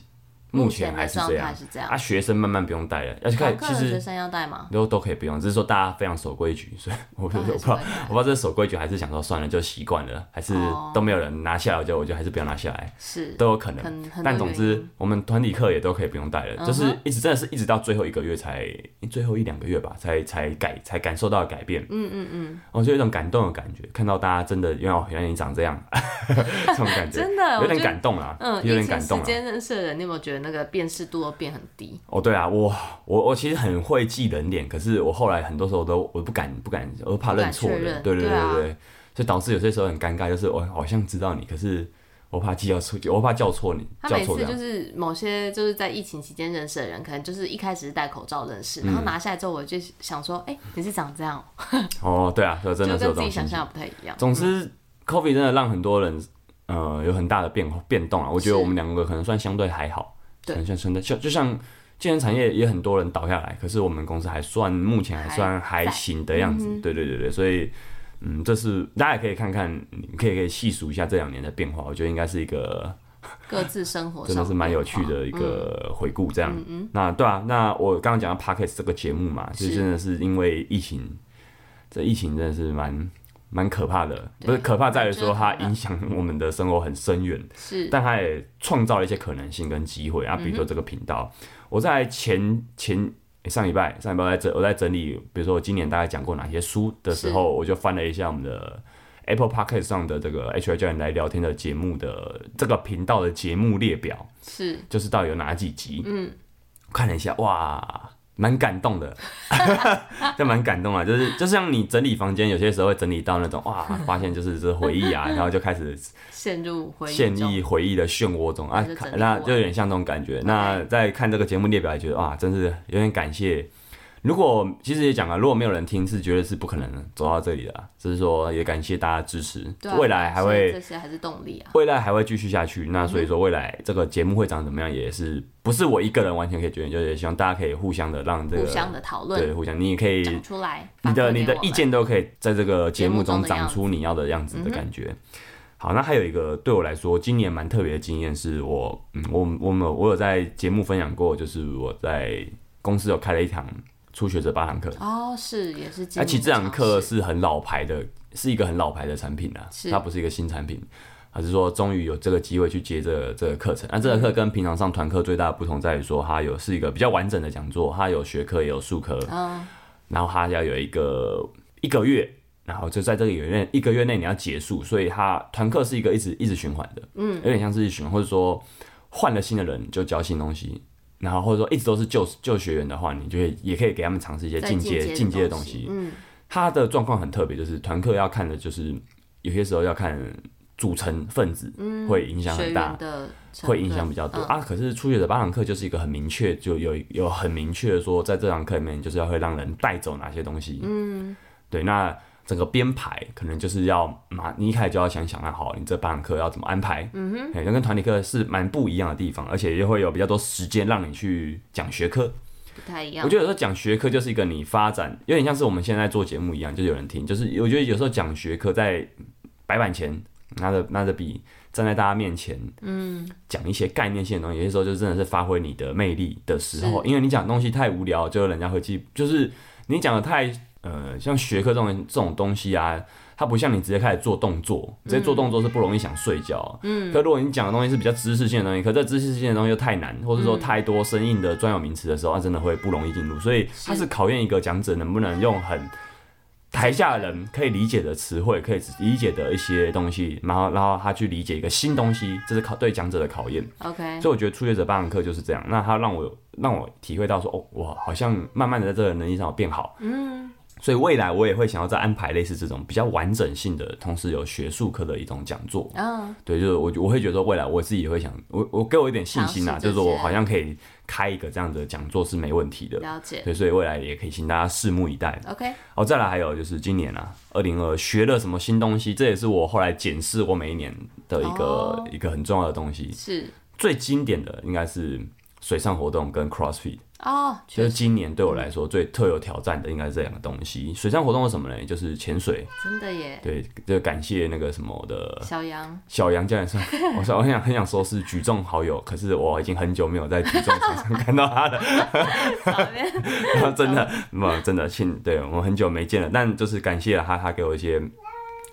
Speaker 1: 目
Speaker 2: 目
Speaker 1: 前
Speaker 2: 的
Speaker 1: 还是
Speaker 2: 状
Speaker 1: 这
Speaker 2: 态
Speaker 1: 样，
Speaker 2: 是这样。
Speaker 1: 啊，学生慢慢不用戴了，而且
Speaker 2: 上
Speaker 1: 看
Speaker 2: 课
Speaker 1: 其
Speaker 2: 的学
Speaker 1: 实
Speaker 2: 生要带 吗？
Speaker 1: 都都可以不用，只是说大家非常守规矩， 所以我不我
Speaker 2: 当然
Speaker 1: 不
Speaker 2: 是
Speaker 1: 知道
Speaker 2: 会带
Speaker 1: 我不知道这是守规矩还是想说算了就习惯了，还是
Speaker 2: 哦
Speaker 1: 都没有人拿下来，我就我就还是不要拿下来，
Speaker 2: 是
Speaker 1: 都有可能。
Speaker 2: 很很多
Speaker 1: 但总
Speaker 2: 原
Speaker 1: 之
Speaker 2: 因，
Speaker 1: 我们团体课也都可以不用带了，
Speaker 2: 嗯哼
Speaker 1: 就是一直真的是一直到最后一个月才，最后一两个月吧，才才改才感受到改变。嗯嗯嗯，我就有一种感动的感觉，看到大家真的原来原来你长这样， 这种感觉
Speaker 2: 真的
Speaker 1: 有
Speaker 2: 我觉
Speaker 1: 点
Speaker 2: 得
Speaker 1: 感动啦，
Speaker 2: 嗯，
Speaker 1: 有
Speaker 2: 疫
Speaker 1: 点
Speaker 2: 情
Speaker 1: 感
Speaker 2: 时
Speaker 1: 动啦。啊
Speaker 2: 间认识的人，你有没有觉得那个辨识度都变很低？
Speaker 1: 哦，对啊，我我我其实很会记人脸，可是我后来很多时候都我不敢不敢，我怕认错
Speaker 2: 不敢确
Speaker 1: 人，
Speaker 2: 认
Speaker 1: 对对
Speaker 2: 对啊
Speaker 1: 对对，所以导致有些时候很尴尬，就是我好像知道你，可是我怕记错，我怕叫错你，
Speaker 2: 他
Speaker 1: 叫
Speaker 2: 每
Speaker 1: 错
Speaker 2: 次
Speaker 1: 这样
Speaker 2: 就。是某些就是在疫情期间认识的人，可能就是一开始是戴口罩认
Speaker 1: 嗯
Speaker 2: 识，然后拿下来之后，我就想说，哎、你是长这样哦，
Speaker 1: 哦，对啊，所以真
Speaker 2: 就
Speaker 1: 的是有这
Speaker 2: 跟自
Speaker 1: 种
Speaker 2: 己想
Speaker 1: 心情。
Speaker 2: 象的不太一样。
Speaker 1: 总之、c o v i d 真的让很多人呃有很大的变变动啊。我觉得
Speaker 2: 是
Speaker 1: 我们两个可能算相对还好，
Speaker 2: 对
Speaker 1: 可能算相对就就像健身产业也很多人倒下来，可是我们公司还算目前还算
Speaker 2: 还嗯
Speaker 1: 还行的样子。对对对对，所以。嗯，这是大家也可以看看，你可以可以细数一下这两年的变化，我觉得应该是一个
Speaker 2: 各自生活上啊嗯
Speaker 1: 真的是蛮有趣
Speaker 2: 变化。
Speaker 1: 的一个回顾。这样，那对啊，那我刚刚讲到 Pockets 这个节目嘛，就是真的是因为疫情，这疫情真的是蛮蛮可怕的，不是可怕在于说它
Speaker 2: 蛮折腾的嗯
Speaker 1: 影响我们的生活很深远，
Speaker 2: 是
Speaker 1: 但它也创造了一些可能性跟机
Speaker 2: 嗯
Speaker 1: 会啊，比如说这个频道，我在前前。诶上礼拜，上礼拜我在整我在整理，比如说我今年大概讲过哪些书的时候，我就翻了一下我们的 Apple Podcast 上的这个 HR 教练来聊天的节目的这个频道的节目列表，
Speaker 2: 是
Speaker 1: 就是到底有哪几集，嗯，看了一下，哇，蛮感动的， 这蛮感动啊，就是就像你整理房间，有些时候会整理到那种哇，发现就是这回忆 啊，然后就开始
Speaker 2: 陷入回忆
Speaker 1: 现
Speaker 2: 中
Speaker 1: 役回忆的漩涡中啊
Speaker 2: 那就，整
Speaker 1: 看
Speaker 2: 理
Speaker 1: 那
Speaker 2: 过
Speaker 1: 就有点像这种感觉。那在看这个节目列表，也觉得啊，真是有点感谢。如果其实也讲啊，如果没有人听，是绝对是不可能走到这里的啊、只是说也感谢大家支持，
Speaker 2: 对啊
Speaker 1: 未来还
Speaker 2: 所以
Speaker 1: 会
Speaker 2: 这些还是动力啊，
Speaker 1: 未来还会继续下去。那
Speaker 2: 嗯
Speaker 1: 所以说，未来这个节目会长怎么样，也是不是我一个人完全可以决定，就是也希望大家可以互相的让这个
Speaker 2: 互相的讨
Speaker 1: 对
Speaker 2: 论
Speaker 1: 互相，你也可以
Speaker 2: 讲出来，
Speaker 1: 你的
Speaker 2: 反馈给
Speaker 1: 你的
Speaker 2: 我
Speaker 1: 意
Speaker 2: 们
Speaker 1: 见都可以在这个节目中
Speaker 2: 节目中的
Speaker 1: 长
Speaker 2: 样子
Speaker 1: 出你要的样子的感
Speaker 2: 嗯
Speaker 1: 觉。好，那还有一个对我来说今年蛮特别的经验，是我嗯，我我们我有在节目分享过，就是我在公司有开了一堂初学者八堂课，
Speaker 2: 哦，是也是今
Speaker 1: 而
Speaker 2: 年的尝试，
Speaker 1: 且啊这堂课是很老牌的，是一个很老牌的产品啊，
Speaker 2: 是
Speaker 1: 它不是一个新产品。还是说，终于有这个机会去接这个这个课程。那、这个课跟平常上团课最大的不同在于说，它有是一个比较完整的讲座，它有学科也有术科，
Speaker 2: 嗯，
Speaker 1: 然后他要有一个一个月，然后就在这个月内一个月内你要结束，所以他团课是一个一直一直循环的，嗯，有点像是一直循环，或者说换了新的人就教新东西，然后或者说一直都是旧旧学员的话，你就会也可以给他们尝试一些
Speaker 2: 在
Speaker 1: 进
Speaker 2: 阶
Speaker 1: 阶
Speaker 2: 的
Speaker 1: 进阶的东
Speaker 2: 东
Speaker 1: 西，
Speaker 2: 嗯，
Speaker 1: 他的状况很特别，就是团课要看的就是有些时候要看组成分子，会影响
Speaker 2: 学
Speaker 1: 很大
Speaker 2: 员，的成
Speaker 1: 会影响比较多、
Speaker 2: 嗯
Speaker 1: 啊。可是初学者八堂课就是一个很明确，就有有很明确的说，在这堂课里面就是要会让人带走哪些东西。嗯，对，那。整个编排可能就是要马，你一开始就要想想那好，你这八堂课要怎么安排？嗯哼，哎，那跟团体课是蛮不一样的地方，而且又会有比较多时间让你去讲学科。
Speaker 2: 不太一样
Speaker 1: 我。觉得有时候讲学科就是一个你发展，有点像是我们现在做节目一样，就是有人听。就是我觉得有时候讲学科在白板前拿着拿着笔站在大家面前，嗯，讲一些概念性的东西，有些时候就真的是发挥你的魅力的时候，因为你讲的东西太无聊，就人家会记，就是你讲的太呃，像学科这种这种东西啊。它不像你直接开始做动作，直接做动作是不容易想睡觉。嗯，可如果你讲的东西是比较知识性的东西，可这知识性的东西又太难，或者说太多生硬的专有名词的时候，它、啊真的会不容易进入。所以它是考验一个讲者能不能用很台下人可以理解的词汇，可以理解的一些东西，然后然后他去理解一个新东西，这是考对讲者的考验。
Speaker 2: OK，
Speaker 1: 所以我觉得初学者八堂课就是这样，那他让我让我体会到说，哦，我好像慢慢的在这个能力上有变好，嗯，所以未来我也会想要再安排类似这种比较完整性的，同时有学术课的一种讲座，
Speaker 2: 嗯，
Speaker 1: 对，就是我我会觉得说未来我自己也会想，我我给我一点信心啊，
Speaker 2: 尝试
Speaker 1: 就
Speaker 2: 这
Speaker 1: 是我
Speaker 2: 些
Speaker 1: 好像可以开一个这样的讲座是没问题的，
Speaker 2: 了解。
Speaker 1: 对，所以未来也可以请大家拭目以待。
Speaker 2: OK，
Speaker 1: 哦，再来还有就是今年啊，二零二学了什么新东西，这也是我后来检视我每一年的一个、
Speaker 2: 哦
Speaker 1: 一个很重要的东西。
Speaker 2: 是
Speaker 1: 最经典的应该是水上活动跟 CrossFit，
Speaker 2: 哦，
Speaker 1: 就
Speaker 2: 确
Speaker 1: 是
Speaker 2: 实
Speaker 1: 今年对我来说最特有挑战的应该是这两个东西。水上活动是什么呢？就是潜水，
Speaker 2: 真的耶，
Speaker 1: 对，就感谢那个什么我的
Speaker 2: 小 杨
Speaker 1: 小杨教练 说，我说我很想很想说是举重好友，可是我已经很久没有在举重场上看到他了，
Speaker 2: 旁边
Speaker 1: 真的， 嗯，真的，亲，对我们很久没见了，但就是感谢了他，他给我一些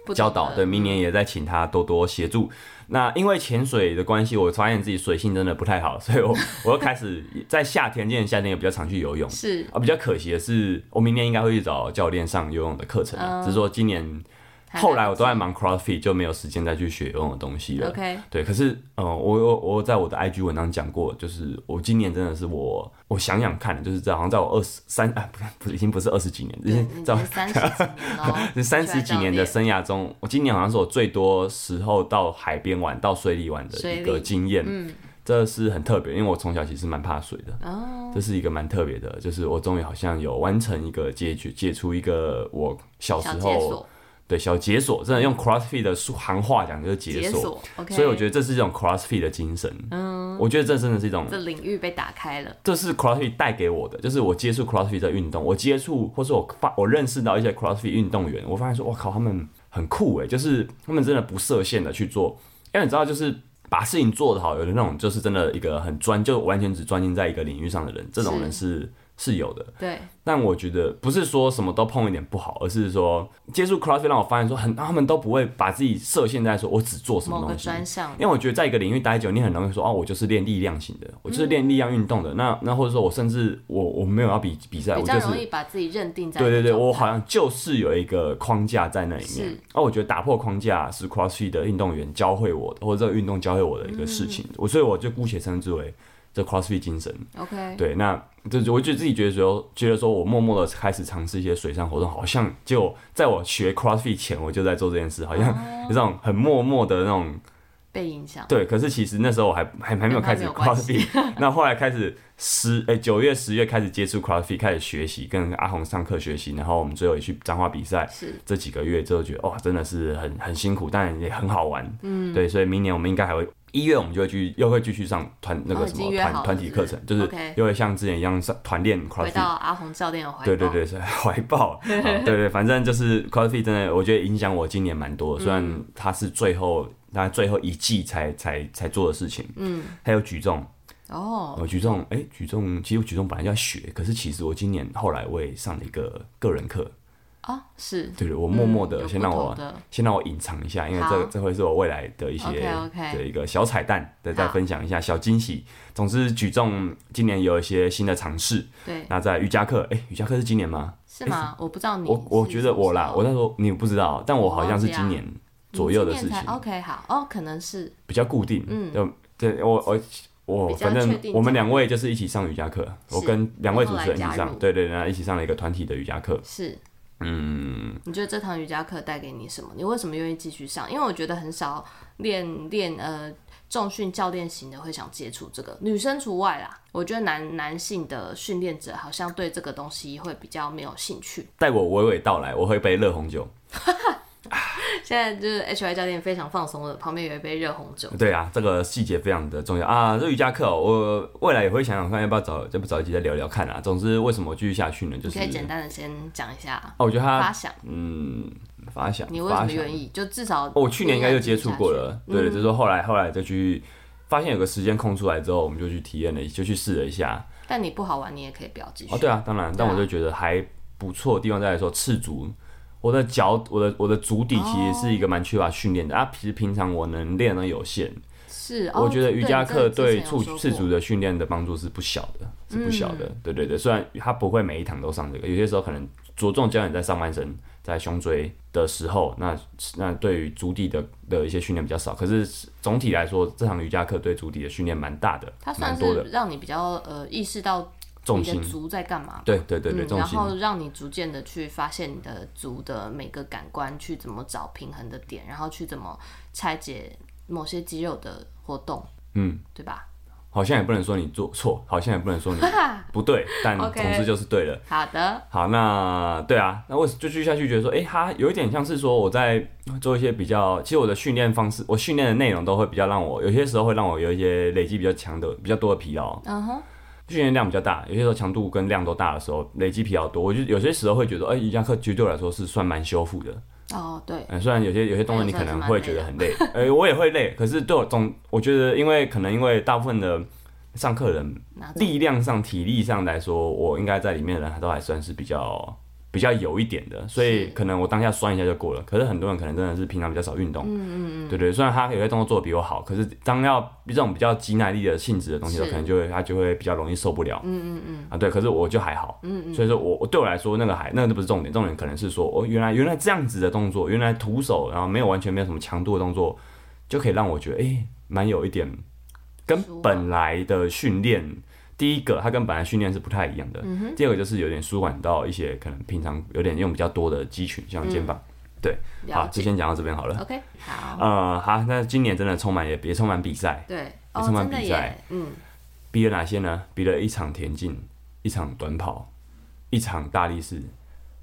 Speaker 2: 不
Speaker 1: 教
Speaker 2: 懂嗯
Speaker 1: 导，
Speaker 2: 得
Speaker 1: 对，明年也在请他多多协助。那因为潜水的关系，我发现自己水性真的不太好，所 以我我又开始在夏天，今年夏天也比较常去游泳。
Speaker 2: 是
Speaker 1: 啊，比较可惜的是，我明年应该会去找教练上游泳的课程啊，
Speaker 2: 嗯
Speaker 1: 只是说今年
Speaker 2: 还
Speaker 1: 后
Speaker 2: 来
Speaker 1: 来
Speaker 2: 不
Speaker 1: 我都在忙 CrossFit，就没有时间再去学游泳的东西
Speaker 2: 及
Speaker 1: 了。
Speaker 2: OK，
Speaker 1: 对，可是，呃，我我我在我的 IG 文章讲过，就是我今年真的是我，我想想看，就是在好像在我二十三啊，不是不是，已经不是二十几年，已
Speaker 2: 对，
Speaker 1: 经
Speaker 2: 你已
Speaker 1: 在我
Speaker 2: 经三十 几年了，
Speaker 1: 这三十几年的生涯中，我今年好像是我最多时候到海边玩、到水里玩的一
Speaker 2: 水
Speaker 1: 个
Speaker 2: 里
Speaker 1: 经验，
Speaker 2: 嗯，
Speaker 1: 这是很特别，因为我从小其实蛮怕水的，
Speaker 2: 哦，
Speaker 1: 这是一个蛮特别的，就是我终于好像有完成一个解决解除一个我小时
Speaker 2: 小解
Speaker 1: 候
Speaker 2: 锁，
Speaker 1: 对小解锁，真的用 CrossFit 的术行话讲就是解
Speaker 2: 解
Speaker 1: 锁，
Speaker 2: 锁，OK，
Speaker 1: 所以我觉得这是一种 CrossFit 的精神，嗯，我觉得这真的是一种
Speaker 2: 这领域被打开了，
Speaker 1: 这是 CrossFit 带给我的，就是我接触 CrossFit 这运动，我接触或是我发我认识到一些 CrossFit 运动员，我发现说，我靠，他们很酷诶，就是他们真的不设限的去做，因为你知道，就是把事情做得好，有的那种就是真的一个很专，就完全只专心在一个领域上的人，这种人是是有的。
Speaker 2: 对，
Speaker 1: 但我觉得不是说什么都碰一点不好，而是说接触 CrossFit 让我发现说很，他们都不会把自己设限在说我只做什么
Speaker 2: 某个
Speaker 1: 东西，
Speaker 2: 专项
Speaker 1: 因为我觉得在一个领域待久，你很容易说哦，我就是练力量型的，我就是练力量运动的。那那或者说我甚至我我没有要比比赛，我
Speaker 2: 嗯比
Speaker 1: 就
Speaker 2: 较
Speaker 1: 是
Speaker 2: 容易把自己认定在
Speaker 1: 对对对，
Speaker 2: 那种
Speaker 1: 我好像就是有一个框架在那里面哦
Speaker 2: 是。
Speaker 1: 那、我觉得打破框架是
Speaker 2: 嗯
Speaker 1: CrossFit 的运动员教会我的，或者这个运动教会我的一个事情。我所以我就姑且称之为这 CrossFit 精神。
Speaker 2: OK，
Speaker 1: 对，那就是我就自己觉得说，觉得说我默默的开始尝试一些水上活动，好像就在我学 CrossFit 前，我就在做这件事，好像
Speaker 2: 哦
Speaker 1: 有这种很默默的那种
Speaker 2: 被影响。
Speaker 1: 对。可是其实那时候我还还还没有
Speaker 2: 跟他
Speaker 1: 开
Speaker 2: 没
Speaker 1: 始
Speaker 2: 有关系
Speaker 1: CrossFit，那后来开始十哎九月十月开始接触 CrossFit，开始学习，跟阿红上课学习，然后我们最后也去彰化比赛，
Speaker 2: 是
Speaker 1: 这几个月之后觉得哇，真的是很很辛苦，但也很好玩。嗯，对，所以明年我们应该还会一月我们就会去又会继续上团那
Speaker 2: 哦
Speaker 1: 个
Speaker 2: 已
Speaker 1: 什
Speaker 2: 经
Speaker 1: 么
Speaker 2: 约好
Speaker 1: 团
Speaker 2: 了
Speaker 1: 团体课程，
Speaker 2: 是
Speaker 1: 就
Speaker 2: 不是
Speaker 1: 是
Speaker 2: OK
Speaker 1: 又会像之前一样上团练
Speaker 2: 回到
Speaker 1: CrossFit。
Speaker 2: 阿红教练的怀抱。
Speaker 1: 对对，对，是 怀抱，啊对对，反正就是 CrossFit 真的，我觉得影响我今年蛮
Speaker 2: 嗯
Speaker 1: 多的。虽然它是最后，它最后一季才才才做的事情，嗯，还有举重，
Speaker 2: 哦，
Speaker 1: 我举重，哎、举重，其实我举重本来就要学，可是其实我今年后来我也上了一个个人课，
Speaker 2: 啊，是
Speaker 1: 对对，我默默的、
Speaker 2: 嗯有
Speaker 1: 先
Speaker 2: 不
Speaker 1: 让
Speaker 2: 同
Speaker 1: 我
Speaker 2: 的
Speaker 1: 先让我隐藏一下，因为
Speaker 2: 好
Speaker 1: 这这会是我未来的一些
Speaker 2: OK，OK
Speaker 1: 的一个小彩蛋，对，再
Speaker 2: 好
Speaker 1: 分享一下小惊喜。总之，举重今年有一些新的尝试。
Speaker 2: 对，
Speaker 1: 那在瑜伽课，哎、瑜伽课是今年吗？
Speaker 2: 是吗？我不知道你是什
Speaker 1: 我
Speaker 2: 么时候，
Speaker 1: 我觉得我啦，我那时候你不知道，但我好像是今年
Speaker 2: 你
Speaker 1: 左右的
Speaker 2: 今
Speaker 1: 事
Speaker 2: 年才
Speaker 1: 情，
Speaker 2: OK，好，哦，可能是
Speaker 1: 比较固定。
Speaker 2: 嗯
Speaker 1: 就对我我我
Speaker 2: 比较
Speaker 1: 反正
Speaker 2: 确定
Speaker 1: 我们
Speaker 2: 这样
Speaker 1: 两位就是一起上瑜伽课，我
Speaker 2: 是
Speaker 1: 跟两位
Speaker 2: 然
Speaker 1: 主
Speaker 2: 后
Speaker 1: 持人一
Speaker 2: 来加
Speaker 1: 起上
Speaker 2: 入，
Speaker 1: 对对，然后一起上了一个团体的瑜伽课。
Speaker 2: 是。
Speaker 1: 嗯，
Speaker 2: 你觉得这堂瑜伽课带给你什么？你为什么愿意继续上？因为我觉得很少练练呃重训教练型的会想接触这个，女生除外啦。我觉得男男性的训练者好像对这个东西会比较没有兴趣。
Speaker 1: 带我娓娓道来，我会杯热红酒。
Speaker 2: 现在就是 H Y 教练非常放松的，旁边有一杯热红酒。
Speaker 1: 对啊，这个细节非常的重要啊。这瑜伽课哦、我未来也会想想看，要不要找，要不找一集再聊聊看啊。总之，为什么继续下去呢？就
Speaker 2: 你
Speaker 1: 是
Speaker 2: 可以简单的先讲一下
Speaker 1: 哦，我觉得
Speaker 2: 发
Speaker 1: 他
Speaker 2: 想，
Speaker 1: 嗯，发想，
Speaker 2: 你为什
Speaker 1: 发
Speaker 2: 么
Speaker 1: 想哦
Speaker 2: 愿意？就至少
Speaker 1: 我去年应该就接触过
Speaker 2: 你愿
Speaker 1: 了，对，就是说后来后来再去发现有个时间空出来之后，我们就去体验了，就去试了一下。
Speaker 2: 意继续下去，但你不好玩，你也可以不要继续。
Speaker 1: 哦，对啊，当然，但我就觉得还不错的地方在于说赤足。我的脚，我的我的足底其实是一个蛮缺乏训练的、啊。其实平常我能练的有限，
Speaker 2: 是，哦
Speaker 1: 我觉得瑜伽课对
Speaker 2: 触
Speaker 1: 促赤足的训练的帮助是不小的，是不小的。
Speaker 2: 嗯
Speaker 1: 对对对，虽然他不会每一堂都上这个，有些时候可能着重教你在上半身、在胸椎的时候，那那对于足底的的一些训练比较少。可是总体来说，这堂瑜伽课对足底的训练蛮大的
Speaker 2: 它，算
Speaker 1: 蛮多
Speaker 2: 是
Speaker 1: 的
Speaker 2: 让你比较呃意识到
Speaker 1: 重
Speaker 2: 你的
Speaker 1: 心。
Speaker 2: 足在干嘛。
Speaker 1: 对对对对，
Speaker 2: 嗯，
Speaker 1: 重
Speaker 2: 然
Speaker 1: 心。
Speaker 2: 后让你逐渐的去发现你的足的每个感官，去怎么找平衡的点，然后去怎么拆解某些肌肉的活动，
Speaker 1: 嗯，
Speaker 2: 对吧？
Speaker 1: 好像也不能说你做错，好像也不能 说你不对，但
Speaker 2: OK
Speaker 1: 总之就是对了。
Speaker 2: 好的，
Speaker 1: 好，那对啊，那我就继续下去，觉得说，诶，它有一点像是说我在 做一些比较，其实我的训练方式，我训练的内容都会比较让我，有些时候会让我有一些累积比较强的、比较多的疲劳，
Speaker 2: 嗯哼，
Speaker 1: 训练量比较大，有些时候强度跟量都大的时候，累积疲劳多，我就有些时候会觉得，哦哎诶，瑜伽课其实对我来说是算蛮修复的，
Speaker 2: 哦，对，
Speaker 1: 嗯，虽然有些有些动作你可能会觉得很累，呃、我也会累，可是对我总我觉得，因为可能因为大部分的上课人
Speaker 2: 拿走
Speaker 1: 力量上、体力上来说，我应该在里面的人都还算是比较比较有一点的，所以
Speaker 2: 是
Speaker 1: 可能我当下酸一下就过了。可是很多人可能真的是平常比较少运动，嗯嗯嗯，对对。虽然他有些动作做的比我好，可是当要这种比较肌耐力的性质的东西的时候，
Speaker 2: 是
Speaker 1: 可能就会他就会比较容易受不了，嗯嗯嗯，啊对。可是我就还好，嗯嗯。所以说我我对我来说那个还那个不是重点，重点可能是说哦原来原来这样子的动作，原来徒手然后没有完全没有什么强度的动作，就可以让我觉得哎蛮、有一点跟
Speaker 2: 舒缓
Speaker 1: 本来的训练。第一个，它跟本来训练是不太一样的。
Speaker 2: 嗯
Speaker 1: 第二个就是有点舒缓到一些可能平常有点用比较多的肌群，像肩膀。好
Speaker 2: 嗯了，
Speaker 1: 就
Speaker 2: 解
Speaker 1: 先讲到这边好了。
Speaker 2: ，OK，好，
Speaker 1: 呃，好，那今年真的充满也也充满比赛，
Speaker 2: 对，
Speaker 1: 也
Speaker 2: 哦，
Speaker 1: 充满
Speaker 2: 真的
Speaker 1: 比赛
Speaker 2: 耶，嗯，
Speaker 1: 比了哪些呢？比了一场田径，一场短跑，一场大力士，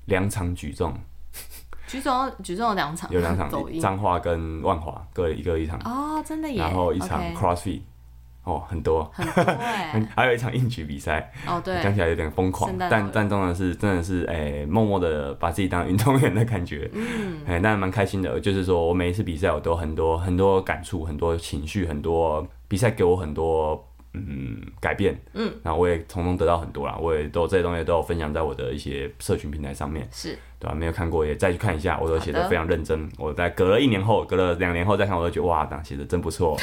Speaker 1: 两场举重，
Speaker 2: 举重举重有两场，
Speaker 1: 有两场
Speaker 2: 走音，
Speaker 1: 彰化跟万华各一个一场，
Speaker 2: 哦，真的耶，
Speaker 1: 然后一场
Speaker 2: OK，
Speaker 1: CrossFit，哦，很多，
Speaker 2: 很多 哎，
Speaker 1: 还有一场硬举比赛。
Speaker 2: 哦，
Speaker 1: 讲
Speaker 2: 对，
Speaker 1: 起来有点疯狂
Speaker 2: 圣，诞老
Speaker 1: 但
Speaker 2: 人
Speaker 1: 但真的是真的是哎、默默的把自己当运动员的感觉，
Speaker 2: 嗯
Speaker 1: 哎、那蛮开心的。就是说我每一次比赛，我都很多很多感触，很多情绪，很多比赛给我很多嗯改变，嗯，然后我也从中得到很多啦，我也都这些东西都有分享在我的一些社群平台上面，
Speaker 2: 是
Speaker 1: 对吧、没有看过也再去看一下，我都写
Speaker 2: 好
Speaker 1: 的
Speaker 2: 的
Speaker 1: 非常认真。我在隔了一年后，隔了两年后再看，我都觉得哇，那写的真不 错，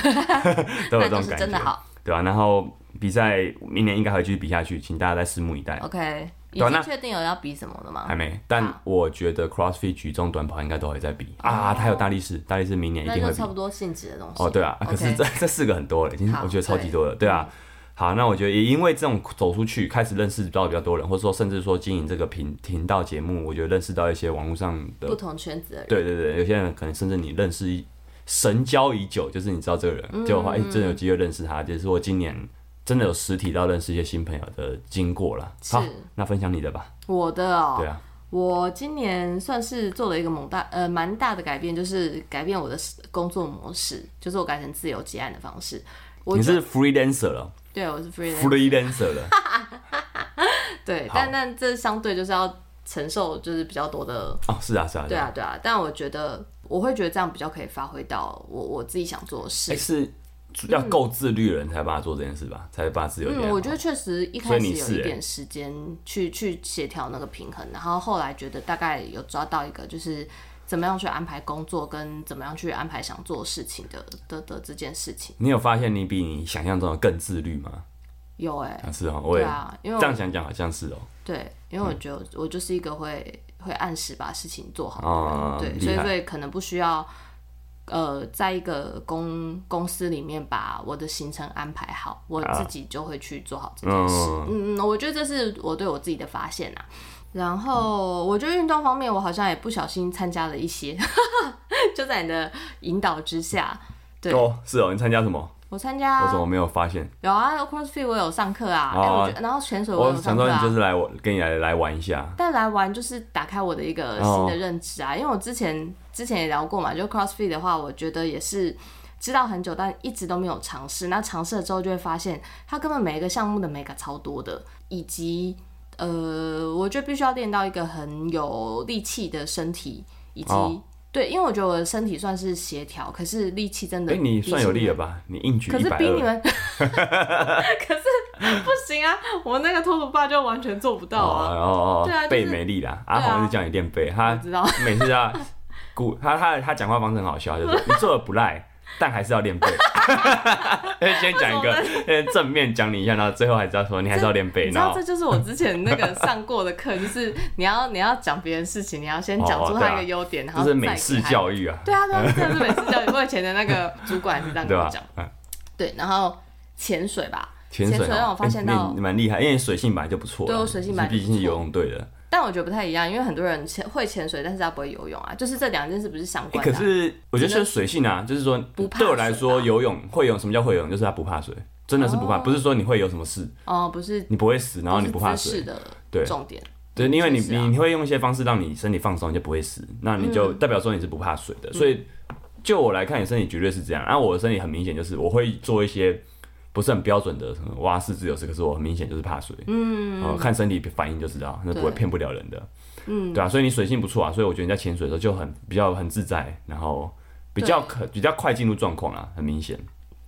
Speaker 1: 都有这
Speaker 2: 那就
Speaker 1: 种
Speaker 2: 是
Speaker 1: 感
Speaker 2: 真的
Speaker 1: 觉，
Speaker 2: 好
Speaker 1: 对吧、然后比赛明年应该还会继续比下去，请大家再拭目以待。
Speaker 2: ，OK，已
Speaker 1: 对啊那
Speaker 2: 经确定有要比什么了吗
Speaker 1: 还？没，但我觉得 CrossFit 举重、短跑应该都还在比啊。他有大力士，大力士明年一
Speaker 2: 嗯那
Speaker 1: 定
Speaker 2: 就
Speaker 1: 会比
Speaker 2: 差。不多性质的东 西。
Speaker 1: 哦，对啊，啊可是
Speaker 2: OK
Speaker 1: 这这四个很多了，已经
Speaker 2: 好
Speaker 1: 我觉得超级多了，对啊。好，那我觉得也因为这种走出去，开始认识到比较多人，或者说甚至说经营这个频频道节目，我觉得认识到一些网络上的
Speaker 2: 不同圈子的人，
Speaker 1: 对对对，有些人可能甚至你认识一神交已久，就是你知道这个
Speaker 2: 嗯
Speaker 1: 人，结果哎、真的有机会认识他，就是我今年真的有实体到认识一些新朋友的经过了。
Speaker 2: 是
Speaker 1: 好，那分享你的吧。
Speaker 2: 我的哦、
Speaker 1: 对啊，
Speaker 2: 我今年算是做了一个猛大呃蛮大的改变，就是改变我的工作模式，就是我改成自由接案的方式。我
Speaker 1: 你
Speaker 2: 觉得
Speaker 1: 是 freelancer 了
Speaker 2: 对我是 freelance，
Speaker 1: ，freelancer 了，
Speaker 2: 对，
Speaker 1: 好
Speaker 2: 但但这相对就是要承受就是比较多的，
Speaker 1: 哦，是啊是啊，
Speaker 2: 对啊对啊。但我觉得我会觉得这样比较可以发挥到我我自己想做的事
Speaker 1: 哎、。是要够自律的人才把它做这件事吧，才把自由
Speaker 2: 嗯，我觉得确实一
Speaker 1: 啊所
Speaker 2: 开
Speaker 1: 以
Speaker 2: 始
Speaker 1: 你
Speaker 2: 有
Speaker 1: 是
Speaker 2: 一
Speaker 1: 欸
Speaker 2: 点时间去去协调那个平衡，然后后来觉得大概有抓到一个就是怎么样去安排工作跟怎么样去安排想做的事情的的的这件事情。
Speaker 1: 你有发现你比你想象中的更自律吗？
Speaker 2: 有哎、
Speaker 1: 啊，是哦，我
Speaker 2: 对
Speaker 1: 也、
Speaker 2: 啊，因为
Speaker 1: 这样
Speaker 2: 我
Speaker 1: 想讲好像是哦，
Speaker 2: 对，因为我觉得我就是一个会会按时把事情做好
Speaker 1: 啊、
Speaker 2: 对，所
Speaker 1: 厉
Speaker 2: 以
Speaker 1: 害
Speaker 2: 所以可能不需要，呃，在一个公公司里面把我的行程安排好，我
Speaker 1: 啊
Speaker 2: 自己就会去做好这件事。
Speaker 1: 嗯
Speaker 2: 嗯嗯，我觉得这是我对我自己的发现啊。然后我觉得运动方面，我好像也不小心参加了一些， 就在你的引导之下，对
Speaker 1: 哦，是哦，你参加什么？
Speaker 2: 我参
Speaker 1: 我怎
Speaker 2: 加
Speaker 1: 么没有发现？
Speaker 2: 有啊，CrossFit 我有上课啊，哎
Speaker 1: 哦
Speaker 2: 我觉得然后潜水
Speaker 1: 我
Speaker 2: 有
Speaker 1: 想
Speaker 2: 上
Speaker 1: 说
Speaker 2: 课
Speaker 1: 你
Speaker 2: 啊。
Speaker 1: 就是来我跟你来来玩一下，
Speaker 2: 但来玩就是打开我的一个
Speaker 1: 哦
Speaker 2: 新的认知啊，因为我之前之前也聊过嘛，就 CrossFit 的话，我觉得也是知道很久，但一直都没有尝试。那尝试了之后，就会发现它根本每一个项目的 mega 超多的，以及呃，我觉得必须要练到一个很有力气的身体，以及、
Speaker 1: 哦
Speaker 2: 对，因为我觉得我的身体算是协调，可是力气真的
Speaker 1: 哎、
Speaker 2: 比起们，
Speaker 1: 你算有力了吧？你硬举
Speaker 2: 可
Speaker 1: 一
Speaker 2: 是
Speaker 1: 百
Speaker 2: 逼你
Speaker 1: 二，
Speaker 2: 们， 可是不行啊！我那个托土爸就完全做不到啊。
Speaker 1: 哦
Speaker 2: 对啊
Speaker 1: 哦，
Speaker 2: 就是
Speaker 1: 背没力啦。
Speaker 2: 啊
Speaker 1: 阿红一直叫你练背，
Speaker 2: 我
Speaker 1: 他
Speaker 2: 知道，
Speaker 1: 每次他鼓他他他讲话方式很好笑，就是说你做的不赖，但还是要练背。 先讲一个呃正面讲你一下，然后最后还是要说你还是要练背，
Speaker 2: 你知
Speaker 1: 然
Speaker 2: 道
Speaker 1: 后
Speaker 2: 这就是我之前那个上过的课，就是你要你要讲别人事情，你要先讲出
Speaker 1: 哦对
Speaker 2: 他
Speaker 1: 啊
Speaker 2: 一个优点，然
Speaker 1: 这
Speaker 2: 后
Speaker 1: 是
Speaker 2: 再
Speaker 1: 美式
Speaker 2: 给他
Speaker 1: 教育啊，
Speaker 2: 对啊，对啊，真的是美式教育。我以前的那个主管是这样
Speaker 1: 对
Speaker 2: 跟我
Speaker 1: 吧
Speaker 2: 讲。？
Speaker 1: 嗯
Speaker 2: 对，然后潜水吧，
Speaker 1: 潜
Speaker 2: 水
Speaker 1: 水哦
Speaker 2: 让我发现到
Speaker 1: 哎你蛮厉害，因为你水性本来就不错啦，
Speaker 2: 对我水性本来就
Speaker 1: 毕竟
Speaker 2: 不
Speaker 1: 是
Speaker 2: 错
Speaker 1: 游泳队的。
Speaker 2: 但我觉得不太一样，因为很多人潜会潜水，但是他不会游泳啊，就是这两件事不是相
Speaker 1: 欸
Speaker 2: 关
Speaker 1: 可
Speaker 2: 的啊、
Speaker 1: 是我觉得
Speaker 2: 只
Speaker 1: 是
Speaker 2: 能
Speaker 1: 水性啊，就是说
Speaker 2: 不怕
Speaker 1: 对我来说，
Speaker 2: 水吧
Speaker 1: 游泳会泳，什么叫会泳？就是他不怕水，真的是不怕，
Speaker 2: 哦
Speaker 1: 不是说你会有什么事，
Speaker 2: 哦，不是，
Speaker 1: 你不会死，然后你不
Speaker 2: 不
Speaker 1: 怕
Speaker 2: 是姿
Speaker 1: 水
Speaker 2: 势，的
Speaker 1: 对
Speaker 2: 重点。
Speaker 1: 对，因为你
Speaker 2: 确实啊嗯
Speaker 1: 你你会用一些方式让你身体放松，你就不会死，那你就代表说你是不怕水的。所以就我来看，你身体绝对是这样。然、啊后我的身体很明显就是我会做一些不是很标准的什么蛙式、自由式，可是我很明显就是怕水。嗯，呃，看身体反应就知道，那不会
Speaker 2: 对
Speaker 1: 骗不了人的。嗯，对啊，所以你水性不错啊，所以我觉得你在潜水的时候就很比较很自在，然后比较可比较快进入状况啊，很明显。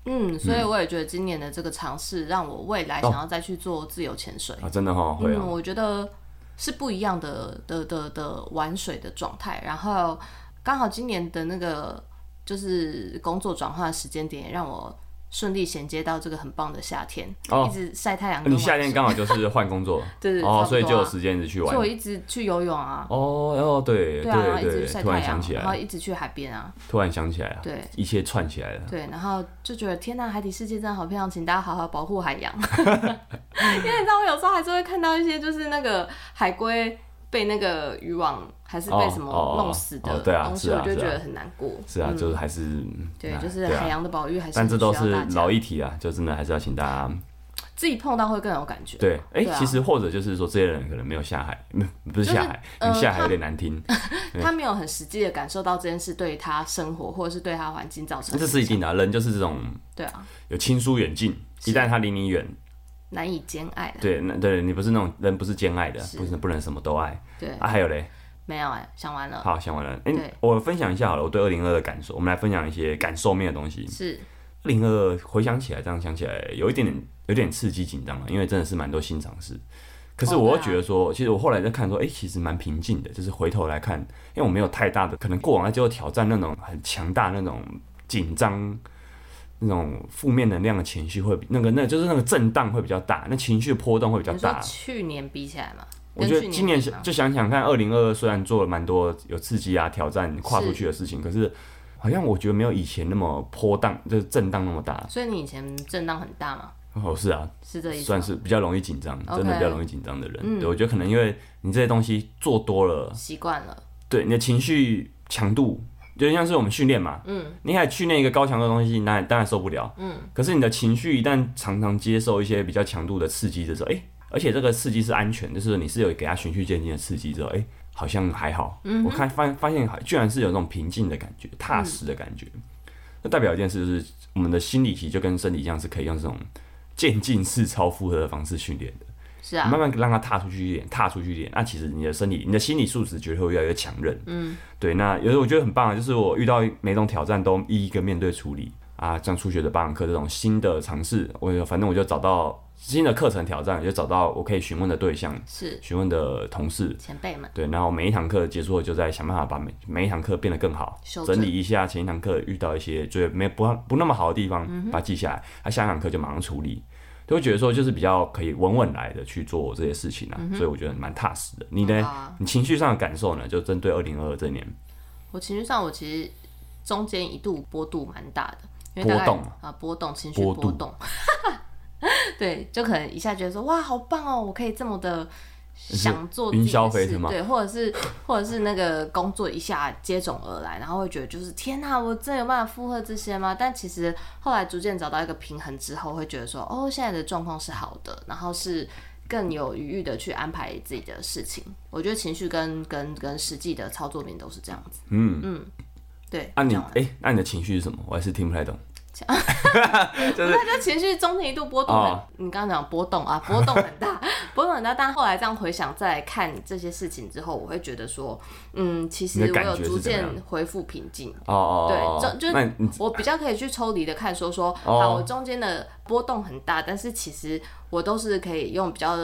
Speaker 2: 嗯，所以我也觉得今年的这个尝试，让我未
Speaker 1: 哦
Speaker 2: 来想要再去做自由潜水。
Speaker 1: 啊，真的哈，会啊
Speaker 2: 嗯，，我觉得是不一样的的的的玩水的状态。然后刚好今年的那个就是工作转换的时间点，也让我顺利衔接到这个很棒的夏天，
Speaker 1: 哦
Speaker 2: 一直晒太阳
Speaker 1: 啊
Speaker 2: 跟
Speaker 1: 你
Speaker 2: 玩水。
Speaker 1: 夏天刚好就是换工作，
Speaker 2: 对对
Speaker 1: 哦，
Speaker 2: 差不多啊
Speaker 1: 所以就有时间一直去玩
Speaker 2: 所以我一直去游泳啊，
Speaker 1: 哦，哦，对
Speaker 2: 对啊，然后一直
Speaker 1: 对
Speaker 2: 去晒
Speaker 1: 突
Speaker 2: 太
Speaker 1: 然想
Speaker 2: 阳，
Speaker 1: 起来
Speaker 2: 然后
Speaker 1: 了，
Speaker 2: 一直去海边啊，
Speaker 1: 突然想起来了，
Speaker 2: 对。
Speaker 1: 一切串起来了。
Speaker 2: 对，然后就觉得天呐，海底世界真的好漂亮，请大家好好保护海洋。 因为你知道，我有时候还是会看到一些，就是那个海龟被那个渔网还是被什么
Speaker 1: 哦哦
Speaker 2: 弄死
Speaker 1: 哦
Speaker 2: 的
Speaker 1: 对啊
Speaker 2: 东西，
Speaker 1: 是啊
Speaker 2: 我就会
Speaker 1: 是啊
Speaker 2: 觉得很难过。
Speaker 1: 是啊，就是还是
Speaker 2: 嗯对，
Speaker 1: 哎
Speaker 2: 就是
Speaker 1: 对啊
Speaker 2: 海洋的保育还是
Speaker 1: 但
Speaker 2: 很
Speaker 1: 这
Speaker 2: 需
Speaker 1: 都
Speaker 2: 要
Speaker 1: 是
Speaker 2: 大家
Speaker 1: 老议题啊，就真的还是要请大家
Speaker 2: 自己碰到会更有感觉。
Speaker 1: 对，哎
Speaker 2: 对，啊
Speaker 1: 其实或者就是说这些人可能没有下海，不不是
Speaker 2: 就是
Speaker 1: 下海，
Speaker 2: 呃
Speaker 1: 下海有点难听，
Speaker 2: 他没有很实际的感受到这件事对他生活或者是对他环境造成，
Speaker 1: 这是一定的啊。人就是这种
Speaker 2: 对啊，
Speaker 1: 有亲疏远近，一旦他离你远，
Speaker 2: 难以兼爱的。
Speaker 1: 对，那对你不是那种人，不是兼爱的，
Speaker 2: 是
Speaker 1: 不是不能什么都爱
Speaker 2: 对，
Speaker 1: 啊。还有嘞，
Speaker 2: 没有哎，想完了，
Speaker 1: 好，想完了，哎
Speaker 2: 对，
Speaker 1: 我分享一下好了，我对二零二的感受，我们来分享一些感受面的东西。
Speaker 2: 是
Speaker 1: 二零二回想起来，这样想起来有一点点有点刺激紧张了，因为真的是蛮多新尝试。可是
Speaker 2: 哦
Speaker 1: 我又
Speaker 2: 对啊
Speaker 1: 觉得说，其实我后来在看说，哎、其实蛮平静的，就是回头来看，因为我没有太大的可能过往在接受挑战那种很强大那种紧张。那种负面能量的情绪会比那个，那就是那个震荡会比较大，那情绪波动会比较
Speaker 2: 你
Speaker 1: 大
Speaker 2: 说。去年比起来嘛，
Speaker 1: 我
Speaker 2: 跟
Speaker 1: 觉
Speaker 2: 去
Speaker 1: 得今年
Speaker 2: 比嘛
Speaker 1: 就想想看，二零二二虽然做了蛮多有刺激啊、挑战、跨出
Speaker 2: 是
Speaker 1: 去的事情，可是好像我觉得没有以前那么波荡，就是震荡那么大。
Speaker 2: 所以你以前震荡很大嘛？
Speaker 1: 哦，是啊，
Speaker 2: 是这意思
Speaker 1: 算
Speaker 2: 吗？
Speaker 1: 是比较容易紧张，
Speaker 2: OK 嗯
Speaker 1: 真的比较容易紧张的人。对，我觉得可能因为你这些东西做多了，
Speaker 2: 习惯了，
Speaker 1: 对你的情绪强度，就像是我们训练嘛，嗯，你开始训练一个高强度的东西，那当然受不了，嗯，可是你的情绪一旦常常接受一些比较强度的刺激的时候，哎、而且这个刺激是安全，就是你是有给它循序渐进的刺激之后，哎、好像还好，嗯，我看发发现好居然是有那种平静的感觉，踏实的感觉，那代表一件事就是我们的心理其实就跟生理一样，是可以用这种渐进式超负荷的方式训练的。
Speaker 2: 是啊
Speaker 1: 慢，慢让它踏出去一点，踏出去一点，那其实你的身体、你的心理素质绝对会越来越强韧。嗯，对。那有时候我觉得很棒，啊就是我遇到每种挑战都一一个面对处理啊，像初学的八堂课这种新的尝试，我有反正我就找到新的课程挑战，也就找到我可以询问的对象、
Speaker 2: 是
Speaker 1: 询问的同事。
Speaker 2: 前辈们
Speaker 1: 对，然后每一堂课结束后，就在想办法把每每一堂课变得更好，
Speaker 2: 修正
Speaker 1: 整理一下前一堂课遇到一些觉得没不不那么好的地方，
Speaker 2: 嗯
Speaker 1: 把它记下来，那、下一堂课就马上处理，就会觉得说就是比较可以稳稳来的去做这些事情啊，所以我觉得蛮踏实的。你呢？
Speaker 2: 好嗯啊
Speaker 1: 你情绪上的感受呢？就针对二零二二这年
Speaker 2: 我情绪上，我其实中间一度波动蛮大的，因为
Speaker 1: 波
Speaker 2: 大概
Speaker 1: 动
Speaker 2: 啊、波动情绪
Speaker 1: 波
Speaker 2: 波
Speaker 1: 度
Speaker 2: 动， 对，就可能一下觉得说哇好棒哦，我可以这么的想做
Speaker 1: 云
Speaker 2: 这件
Speaker 1: 霄飞
Speaker 2: 事
Speaker 1: 车吗
Speaker 2: 对，或者是 或者是那个工作一下接踵而来，然后会觉得就是天哪、我真的有办法负荷这些吗？但其实后来逐渐找到一个平衡之后，会觉得说哦现在的状况是好的，然后是。更有余裕的去安排自己的事情，我觉得情绪跟跟跟实际的操作面都是这样子。嗯对，
Speaker 1: 嗯啊你，
Speaker 2: 这样
Speaker 1: 哎、那你的情绪是什么？我还是听不太懂。
Speaker 2: 那就情绪中间一度波动很，
Speaker 1: 哦
Speaker 2: 你刚刚讲波动啊，波动很大， 波动很大。但后来这样回想，再来看这些事情之后，我会觉得说，嗯，其实
Speaker 1: 你的
Speaker 2: 我
Speaker 1: 感
Speaker 2: 有
Speaker 1: 觉是
Speaker 2: 逐
Speaker 1: 怎么
Speaker 2: 渐
Speaker 1: 样
Speaker 2: 恢复平静。
Speaker 1: 哦哦
Speaker 2: 对
Speaker 1: 哦，哦
Speaker 2: 就就
Speaker 1: 那你
Speaker 2: 我比较可以去抽离的看，说说，
Speaker 1: 哦
Speaker 2: 好，我中间的波动很大，但是其实我都是可以用比较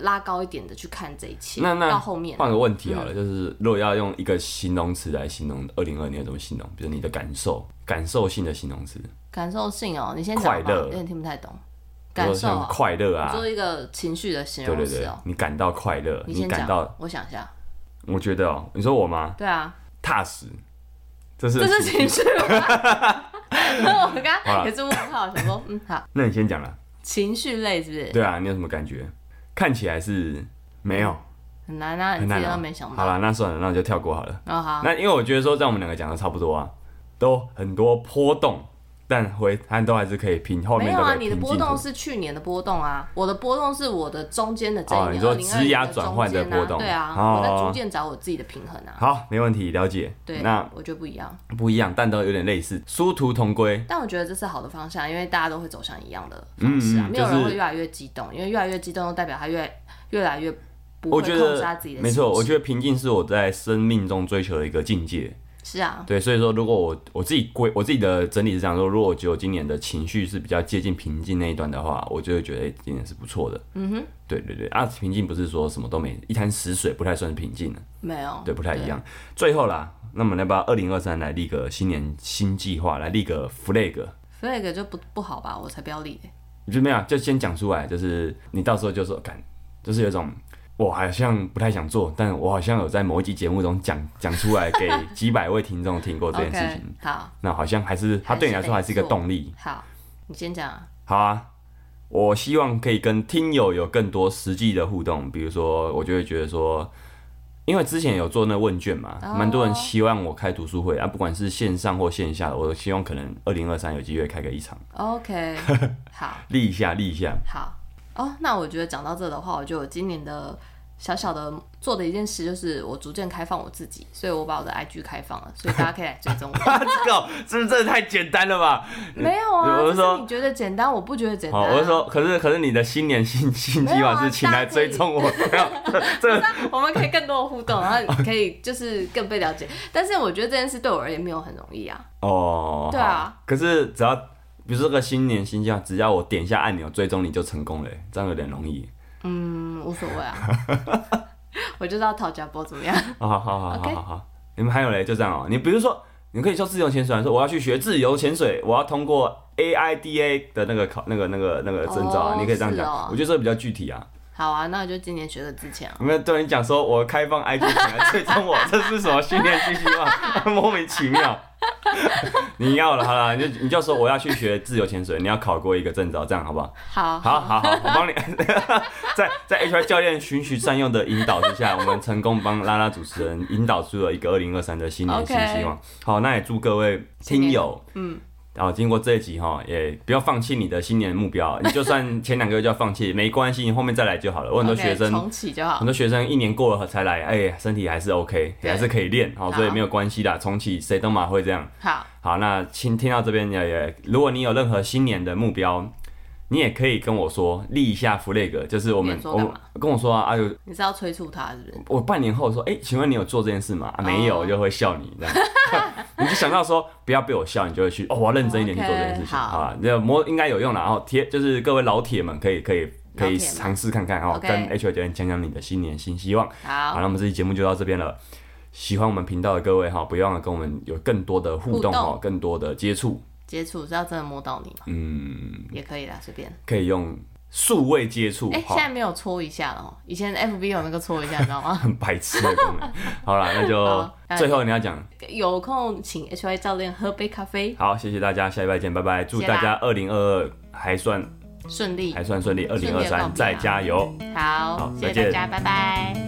Speaker 2: 拉高一点的去看这一切。
Speaker 1: 那那
Speaker 2: 到后面，嗯
Speaker 1: 换个问题好了，就是如果要用一个形容词来形容二零二，你要怎么形容？比如你的感受，感受性的形容词，
Speaker 2: 感受性哦、你先
Speaker 1: 快
Speaker 2: 讲吧，
Speaker 1: 乐
Speaker 2: 有点听不太懂。
Speaker 1: 比如
Speaker 2: 感
Speaker 1: 说
Speaker 2: 受、
Speaker 1: 像
Speaker 2: 哦，
Speaker 1: 快乐啊，
Speaker 2: 做一个情绪的形
Speaker 1: 对
Speaker 2: 容
Speaker 1: 对
Speaker 2: 词
Speaker 1: 对
Speaker 2: 哦、，
Speaker 1: 你感到快乐，
Speaker 2: 你
Speaker 1: 你
Speaker 2: 先
Speaker 1: 感
Speaker 2: 讲
Speaker 1: 到，，
Speaker 2: 我想一下。
Speaker 1: 我觉得哦，你说我吗？
Speaker 2: 对啊，
Speaker 1: 踏实，这是
Speaker 2: 这是情绪吗？ 我刚
Speaker 1: 好
Speaker 2: 刚
Speaker 1: 啦
Speaker 2: 也是问号，想说嗯好，
Speaker 1: 那你先讲了，
Speaker 2: 情绪类是不是
Speaker 1: 对啊，你有什么感觉？看起来是没有，
Speaker 2: 很难啊？
Speaker 1: 很
Speaker 2: 你自
Speaker 1: 难
Speaker 2: 己
Speaker 1: 哦
Speaker 2: 都没想
Speaker 1: 好
Speaker 2: 到。
Speaker 1: 了，那算了，那我就跳过好了。
Speaker 2: 哦好，
Speaker 1: 那因为我觉得说，在我们两个讲的差不多啊，都很多波动，但回但都还是可以平，后
Speaker 2: 没
Speaker 1: 面
Speaker 2: 有
Speaker 1: 都
Speaker 2: 啊，
Speaker 1: 可以平
Speaker 2: 你的
Speaker 1: 静
Speaker 2: 波动
Speaker 1: 住
Speaker 2: 是去年的波动啊，我的波动是我的中间的这一
Speaker 1: 哦
Speaker 2: 年，
Speaker 1: 你说
Speaker 2: 2022
Speaker 1: 枝桠
Speaker 2: 年
Speaker 1: 转换的
Speaker 2: 中间啊
Speaker 1: 波动
Speaker 2: 对啊，
Speaker 1: 哦
Speaker 2: 我在逐渐找我自己的平衡啊。
Speaker 1: 好，没问题，了解。
Speaker 2: 对，
Speaker 1: 那
Speaker 2: 我觉得不一样，
Speaker 1: 不一样，但都有点类似，殊途同归。
Speaker 2: 但我觉得这是好的方向，因为大家都会走向一样的方式啊，
Speaker 1: 嗯嗯
Speaker 2: 没有人
Speaker 1: 就是
Speaker 2: 会越来越激动，因为越来越激动，代表他越越来越不
Speaker 1: 我
Speaker 2: 会
Speaker 1: 觉
Speaker 2: 控制
Speaker 1: 得
Speaker 2: 他自己的
Speaker 1: 没
Speaker 2: 情
Speaker 1: 错，我
Speaker 2: 绪
Speaker 1: 觉得平静是我在生命中追求的一个境界。
Speaker 2: 是啊，
Speaker 1: 对，所以说如果我我自己归我自己的整理是这样说，如果我觉得我今年的情绪是比较接近平静那一段的话，我就会觉得、诶今年是不错的。嗯哼，对对对，啊，平静不是说什么都没，一滩死水不太算是平静的，
Speaker 2: 没有
Speaker 1: 对，不太一样。最后啦，那么要不要二零二三来立个新年新计划，来立个 flag？
Speaker 2: flag 就不不好吧，我才不要理嘞。
Speaker 1: 就没有，就先讲出来，就是你到时候就说，感，就是有一种我好像不太想做，但我好像有在某一集节目中讲讲出来，给几百位听众听过这件事情，
Speaker 2: OK，好
Speaker 1: 那好像还是它对你来说还是一个动力。
Speaker 2: 好，你先讲啊。
Speaker 1: 好啊，我希望可以跟听友有更多实际的互动，比如说我就会觉得说。因为之前有做那问卷嘛，
Speaker 2: 哦
Speaker 1: 蛮多人希望我开读书会啊，不管是线上或线下的，我希望可能二零二三有机会开个一场，
Speaker 2: OK，好
Speaker 1: 立一下，立一下。
Speaker 2: 好哦。那我觉得讲到这的话，我觉得我今年的小小的做的一件事，就是我逐渐开放我自己，所以我把我的 IG 开放了，所以大家可以来追 踪我。
Speaker 1: 这个是不是真的太简单了吧？
Speaker 2: 没有啊，
Speaker 1: 我是说
Speaker 2: 这你觉得简单，我不觉得简单、
Speaker 1: 好，
Speaker 2: 啊。
Speaker 1: 我是说，可是可是你的新年新新
Speaker 2: 没有啊
Speaker 1: 计划是请来追踪我，没 有这这
Speaker 2: 那 我们可以更多的互 动，然后你可以就是更被了解。但是我觉得这件事对我而言没有很容易啊。
Speaker 1: 哦，
Speaker 2: 对啊
Speaker 1: 好。可是只要比如说这个新年新计划，只要我点一下按钮追踪你就成功了，这样有点容易。
Speaker 2: 嗯，无所谓啊。 我就知道讨价波怎么样。
Speaker 1: 哦好好好好
Speaker 2: OK
Speaker 1: 好好好，你们还有嘞，就这样哦、你比如说，你可以说自由潜水，说我要去学自由潜水，我要通过 AIDA 的那个考那个那个那个证照啊，
Speaker 2: 哦
Speaker 1: 你可以这样
Speaker 2: 是
Speaker 1: 讲。
Speaker 2: 哦
Speaker 1: 我觉得这个比较具体啊。
Speaker 2: 好啊，那我就今年学个自强。
Speaker 1: 有没有对你讲说，我开放 IG 啊请来追踪我，这是什么训练信息吗？莫名其妙。 你要了，好了，你就你就说我要去学自由潜水，你要考过一个证照，这样好不好？
Speaker 2: 好，
Speaker 1: 好好好，我帮你， 在在 HR 教练循序善诱的引导之下，我们成功帮拉拉主持人引导出了一个二零二三的新年新
Speaker 2: OK
Speaker 1: 希望。好，那也祝各位
Speaker 2: 新
Speaker 1: 听
Speaker 2: 年
Speaker 1: 友，嗯。然后经过这一集哈，也不要放弃你的新年目标，你就算前两个月就要放弃，没关系，你后面再来就好了。我很多
Speaker 2: OK，
Speaker 1: 学生
Speaker 2: 重启就好
Speaker 1: 很。多学生一年过了才来，哎、身体还是 OK，也还是可以练，好，所以
Speaker 2: 好
Speaker 1: 没有关系啦，重启谁都嘛会这样。
Speaker 2: 好，
Speaker 1: 好，那听听到这边也也，如果你有任何新年的目标，你也可以跟我说立一下 flag，就是我们
Speaker 2: 你也说干
Speaker 1: 我
Speaker 2: 嘛
Speaker 1: 跟我说啊，哎呦，
Speaker 2: 你是要催促他是不是？
Speaker 1: 我半年后说，哎、请问你有做这件事吗？啊、没有，
Speaker 2: 哦
Speaker 1: 我就会笑你这样。 你就想到说不要被我笑，你就会去哦，我要认真一点去做这件事
Speaker 2: OK，
Speaker 1: 情。
Speaker 2: 好
Speaker 1: 好吧，那摸应该有用啦。然后铁就是各位老铁们可以可以可以
Speaker 2: 老铁们
Speaker 1: 尝试看看哦，
Speaker 2: OK
Speaker 1: 跟 H 教练讲讲你的新年新希望。好，
Speaker 2: 好，
Speaker 1: 那我们这期节目就到这边了。喜欢我们频道的各位哈，不要忘了跟我们有更多的互动
Speaker 2: 互
Speaker 1: 哈，
Speaker 2: 动
Speaker 1: 更多的接触。
Speaker 2: 接触是要真的摸到你吗？
Speaker 1: 嗯，
Speaker 2: 也可以啦，随便。
Speaker 1: 可以用数位接触，
Speaker 2: 哎，
Speaker 1: 好
Speaker 2: 现在没有搓一下了哦，以前 FB 有那个搓一下，你知 道吗？
Speaker 1: 很白痴的功能。好了，那就
Speaker 2: 好拜拜
Speaker 1: 最后你要讲，
Speaker 2: 有空请 HY 教练喝杯咖啡，
Speaker 1: 好，谢谢大家，下礼拜见，拜拜，祝
Speaker 2: 谢啦
Speaker 1: 大家二零二二还算
Speaker 2: 顺利
Speaker 1: 还。算顺利，二
Speaker 2: 顺
Speaker 1: 零
Speaker 2: 利地
Speaker 1: 二
Speaker 2: 告别啊
Speaker 1: 三再加油。
Speaker 2: 好
Speaker 1: 好，
Speaker 2: 谢
Speaker 1: 再
Speaker 2: 谢大
Speaker 1: 见
Speaker 2: 家，拜拜。